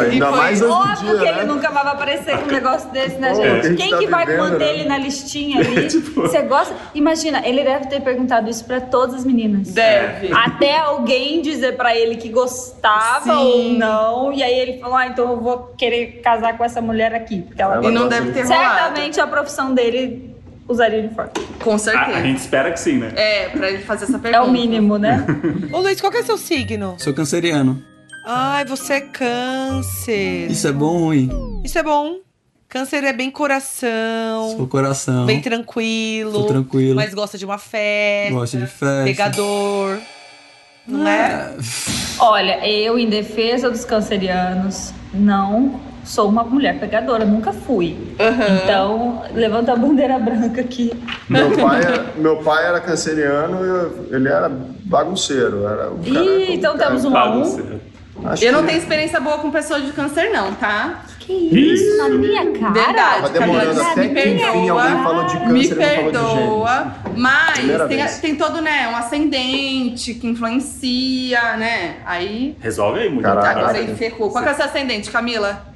S2: ainda
S4: E foi
S2: mais hoje em
S4: óbvio
S2: dia,
S4: que
S2: né?
S4: ele nunca vai aparecer com um negócio desse, né,
S2: Pô, que a
S4: gente?
S2: gente
S4: Quem
S2: tá
S4: que vai
S2: vivendo,
S4: manter
S2: né? Tipo-
S4: ele na listinha ali? Você gosta? Imagina, ele deve ter perguntado isso pra todas as meninas.
S3: Deve.
S5: É.
S4: Até alguém dizer pra ele que gostava ou
S3: Sim.
S4: não. E aí ele falou: ah, então eu vou querer casar com essa mulher aqui. Porque ela
S2: Ela E não gosta deve de- ter
S4: Certamente a profissão dele usaria uniforme.
S3: Com
S2: A, a gente espera que sim, né?
S3: É, pra ele fazer essa pergunta.
S4: É o mínimo, né?
S15: Ô Luiz, qual que é seu signo?
S12: Sou canceriano.
S15: Ai, você é câncer.
S12: Isso é bom ou ruim?
S15: Isso é bom. Câncer é bem coração.
S12: Sou coração.
S15: Bem tranquilo.
S12: Sou tranquilo.
S15: Mas gosta de uma festa.
S12: Gosto de festa.
S15: Pegador. Não é?
S4: Olha, eu, em defesa dos cancerianos, não sou uma mulher pegadora, nunca fui. Então, levanta a bandeira branca aqui.
S5: Meu pai, era, meu pai era canceriano e eu- ele era bagunceiro. Era um cara,
S3: Ih, então
S2: tá
S3: temos um a um.
S5: acho
S3: Eu não
S5: que-
S3: tenho experiência boa com pessoa de câncer, não, tá?
S4: Que
S5: isso, Isso.
S3: Na minha
S4: cara?
S3: Verdade,
S5: Tava tá demorando
S3: Camila,
S5: até
S3: me
S5: que enfim
S3: perdoa.
S5: alguém falou de
S3: Me
S5: câncer e não falou de
S3: perdoa,
S5: gêmeos. Primeira
S3: mas tem,
S5: vez.
S3: tem todo, né, um ascendente que influencia, né? Aí.
S2: Resolve aí, muito.
S3: Agora ele ferrou. Qual que é o seu ascendente, Camila?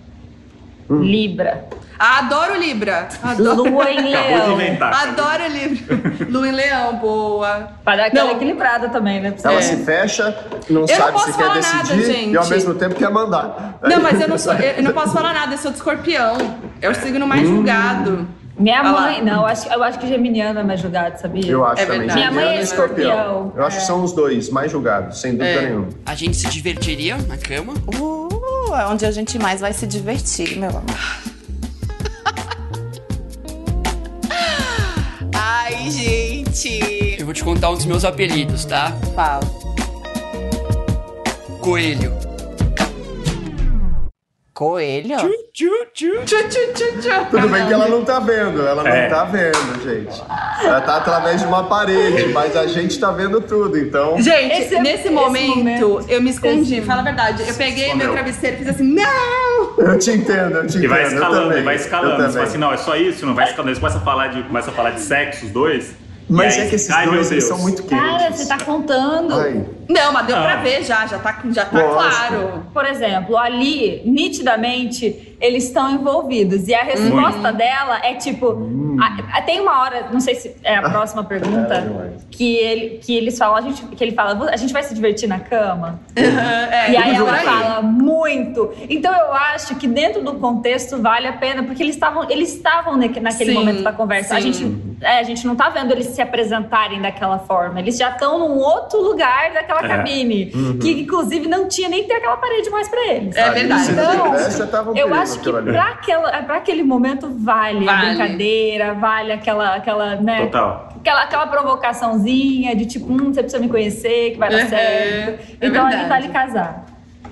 S3: Ah,
S4: Libra.
S3: Adoro Libra. Adoro.
S4: Lua em Leão. Acabou de inventar, Camila.
S3: Adoro Libra. Lua em Leão, boa.
S4: Pra dar aquela equilibrada também, né?
S5: Ela se fecha, não
S3: Eu
S5: sabe
S3: não
S5: se
S3: posso
S5: quer
S3: falar nada,
S5: decidir e ao
S3: gente.
S5: mesmo tempo quer mandar.
S3: Não, mas eu não, sou- eu não posso falar nada, eu sou de escorpião. É o signo mais
S5: Hum.
S3: julgado.
S4: Minha
S3: Olha lá.
S4: mãe, não, eu acho, eu acho que geminiano é mais julgado, sabia?
S5: Eu acho também.
S4: Minha mãe é
S5: Geminiano e
S4: escorpião.
S5: Eu acho que são os dois mais julgados, sem dúvida
S11: É.
S5: nenhuma.
S12: A gente se divertiria na cama.
S11: Uh, é onde a gente mais vai se divertir, meu amor.
S12: Ai, gente. Eu vou te contar um dos meus apelidos, tá? Fala. Coelho.
S15: Coelho?
S5: Tudo bem que ela não tá vendo, ela não
S2: É.
S5: tá vendo, gente. Ela tá através de uma parede, mas a gente tá vendo tudo, então.
S3: Gente,
S5: Esse é-
S3: nesse
S5: esse
S3: momento, eu me escondi, fala a verdade. Eu peguei
S5: Escondeu.
S3: meu travesseiro e fiz assim, não!
S5: Eu te entendo, É, eu te entendo.
S2: E vai escalando,
S5: eu também,
S2: e vai
S5: eu
S2: escalando. Você
S5: também.
S2: fala assim, não, é só isso, não vai escalando. Aí Você começa a falar de, começa a falar de sexo, os dois.
S5: Mas
S2: e aí,
S5: é que esses
S2: ai, meu
S5: dois eles
S2: Deus.
S5: são muito
S4: Cara, você tá contando.
S5: Ai.
S3: Não, mas deu pra
S2: Ah.
S4: Não.
S3: ver já, já tá, já tá
S4: Lógico.
S3: claro.
S4: Por exemplo, ali, nitidamente, eles estão envolvidos. E a resposta
S5: Uhum.
S4: dela é tipo.
S5: Hum.
S4: a- a- tem uma hora, não sei se é a próxima pergunta, que, ele, que eles falam, a gente, que ele fala, a gente vai se divertir na cama. e aí
S3: tudo
S4: ela
S3: É, por aí.
S4: fala muito. Então eu acho que dentro do contexto vale a pena, porque eles estavam eles estavam naque- naquele
S3: Sim,
S4: momento da conversa. A
S3: sim.
S4: gente, é, a gente não tá vendo eles se apresentarem daquela forma. Eles já estão num outro lugar daquela
S5: É.
S4: cabine,
S5: Uhum.
S4: que inclusive não tinha nem que ter aquela parede mais pra eles.
S5: É verdade. Se tá não tivesse, já tava
S4: Então, eu
S5: horrível
S4: acho que
S5: aquilo ali.
S4: pra, aquela, é, pra aquele momento vale, a
S5: Vale.
S4: brincadeira, vale aquela, aquela, né,
S2: Total.
S4: Aquela, aquela provocaçãozinha de tipo, hum, você precisa me conhecer, que vai dar
S3: Uhum,
S4: certo.
S3: é
S4: Então ali
S3: verdade.
S4: vale casar.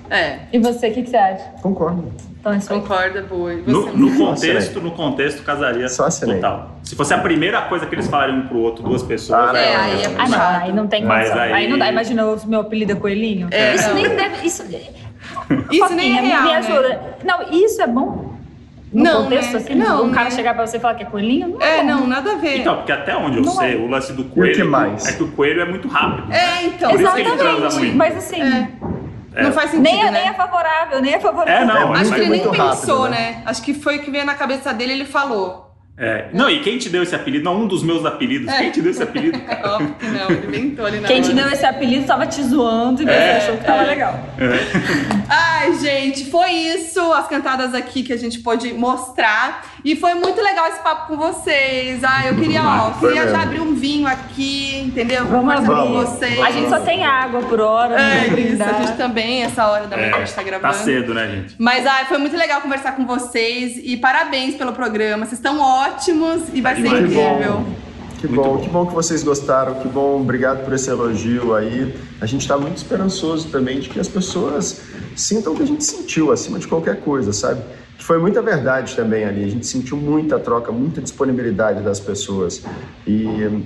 S3: É.
S4: E você, o que, que você acha?
S5: Concordo.
S4: Então, é isso aí.
S3: Concorda, boa. E você?
S2: No, no
S5: Só
S2: contexto,
S5: assinei.
S2: no contexto, casaria total. Se fosse a primeira coisa que eles falariam um pro outro, duas pessoas.
S5: Ah,
S4: É,
S2: era
S4: aí,
S2: uma
S4: ah,
S2: pessoa.
S4: não, aí não tem
S2: Mas
S4: condição. Aí...
S2: aí-
S4: não dá. Imagina o meu apelido é coelhinho.
S2: É,
S4: isso
S2: não.
S4: nem deve. Isso,
S3: Isso nem é
S4: Fofinha, me-
S3: real,
S4: Me
S3: né?
S4: ajuda. Não, isso é bom? No
S3: Não,
S4: contexto,
S3: né?
S4: assim,
S3: Não,
S4: um cara
S3: né?
S4: chegar pra você e falar que é coelhinho? Não é,
S3: É,
S4: bom.
S3: não, nada a ver.
S2: Então, porque até onde eu
S4: Não
S2: sei,
S4: é.
S2: o lance do coelho é que o coelho é muito rápido.
S3: É, então.
S2: Por isso que ele transa
S4: Exatamente.
S2: muito.
S4: Mas assim.
S2: É.
S3: Não faz sentido,
S4: nem, é-
S3: né?
S4: nem é favorável, nem é favorável.
S2: É, não,
S3: Acho
S2: mas
S3: que ele nem
S2: vai muito rápido,
S3: pensou,
S2: né?
S3: né? Acho que foi o que veio na cabeça dele, ele falou.
S2: É. Não, e quem te deu esse apelido? Não, um dos meus apelidos.
S3: É.
S2: Quem te deu esse apelido, cara?
S3: Óbvio que não, ele inventou ali na
S4: Quem te
S3: hora.
S4: deu esse apelido tava te zoando e você
S2: É.
S4: achou que tava legal.
S3: Ai, gente, foi isso. As cantadas aqui que a gente pôde mostrar. E foi muito legal esse papo com vocês. Ah, eu queria, ó,
S4: Foi
S3: queria já
S4: mesmo.
S3: abrir um vinho aqui, entendeu?
S4: Vamos
S3: Conversar com
S4: abrir.
S3: vocês.
S4: A gente só tem água por hora.
S3: É,
S4: né?
S3: isso, a gente também, essa hora da manhã que a
S2: É,
S3: gente tá gravando.
S2: tá cedo, né, gente?
S3: Mas ah, foi muito legal conversar com vocês e parabéns pelo programa. Vocês estão ótimos e vai ser
S5: demais.
S3: incrível.
S5: Que bom, que bom que vocês gostaram, que bom, obrigado por esse elogio aí. A gente está muito esperançoso também de que as pessoas sintam o que a gente sentiu acima de qualquer coisa, sabe? Que Foi muita verdade também ali, a gente sentiu muita troca, muita disponibilidade das pessoas. E hum,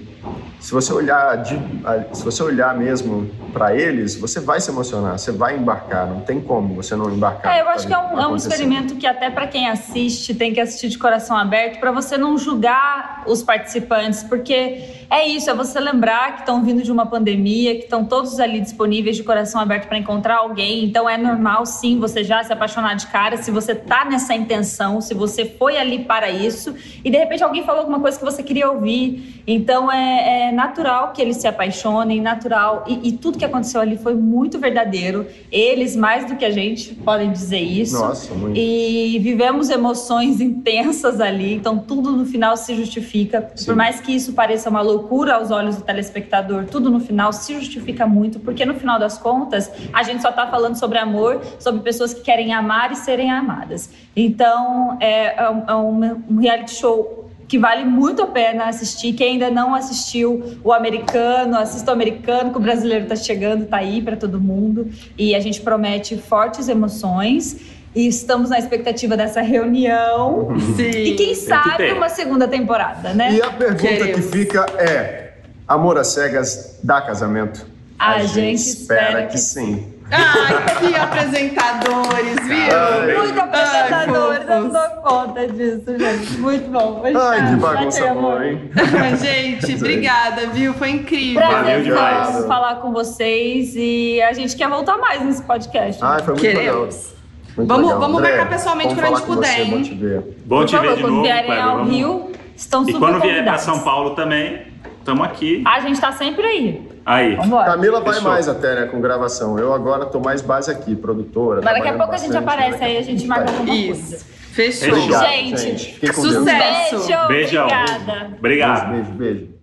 S5: se você olhar, de- a- se você olhar mesmo para eles, você vai se emocionar, você vai embarcar, não tem como você não embarcar.
S4: É, eu
S5: Tá
S4: acho que é um, é um
S5: acontecendo.
S4: experimento que até pra quem assiste tem que assistir de coração aberto pra você não julgar os participantes, porque é isso, é você lembrar que estão vindo de uma pandemia, que estão todos ali disponíveis de coração aberto pra encontrar alguém, então é normal sim você já se apaixonar de cara, se você tá nessa intenção, se você foi ali para isso e de repente alguém falou alguma coisa que você queria ouvir, então é, é natural que eles se apaixonem, natural e, e tudo que aconteceu ali foi muito verdadeiro, eles mais do que a gente podem dizer isso
S5: Nossa, muito.
S4: e vivemos emoções intensas ali, então tudo no final se justifica. Por mais que isso pareça uma loucura aos olhos do telespectador, tudo no final se justifica muito, porque no final das contas a gente só está falando sobre amor, sobre pessoas que querem amar e serem amadas. Então é, é um, é um- um reality show que vale muito a pena assistir. Quem ainda não assistiu o americano, assista o americano, que o brasileiro tá chegando, tá aí para todo mundo. E a gente promete fortes emoções. E estamos na expectativa dessa reunião.
S5: Sim.
S4: E quem
S5: Tem que
S4: sabe
S5: ter.
S4: uma segunda temporada, né?
S5: E a pergunta que fica é: amor às cegas dá casamento?
S4: A gente
S5: espera que, sim.
S3: Ai, que apresentadores,
S5: Ai.
S3: viu?
S4: Muito apresentador, eu não dou conta disso, gente. Muito bom. Foi chato. Vai ter amor.
S5: hein?
S3: Gente, obrigada, viu? Foi incrível.
S4: Prazer enorme falar com vocês e a gente quer voltar mais nesse podcast.
S5: Ai, foi muito legal.
S4: Queremos.
S5: Muito
S4: Vamos-
S5: legal.
S4: vamos
S5: André,
S4: marcar pessoalmente
S5: vamos
S4: quando a
S5: falar
S4: gente puder,
S5: com você, Bom
S4: hein?
S5: te ver.
S2: Bom te
S4: Por
S2: ver
S4: favor,
S2: de
S4: quando
S2: novo,
S4: vierem
S2: Kleber,
S4: ao
S2: vamos-
S4: Rio, estão
S2: E
S4: super
S2: quando vier pra
S4: convidados.
S2: São Paulo também, estamos aqui.
S4: A gente tá sempre aí.
S2: Aí.
S4: Vambora.
S5: Camila vai
S2: Fechou.
S5: mais até, né, com gravação. Eu agora tô mais base aqui, produtora.
S4: Mas daqui a
S5: trabalhando
S4: pouco a gente
S5: bastante.
S4: aparece aí, a gente
S5: tá,
S4: marca alguma coisa.
S5: Fechou. Obrigado, gente.
S4: Gente,
S5: Fiquem com Deus.
S4: sucesso.
S5: Beijão.
S4: Obrigada.
S5: Obrigado. Beijo, beijo. beijo.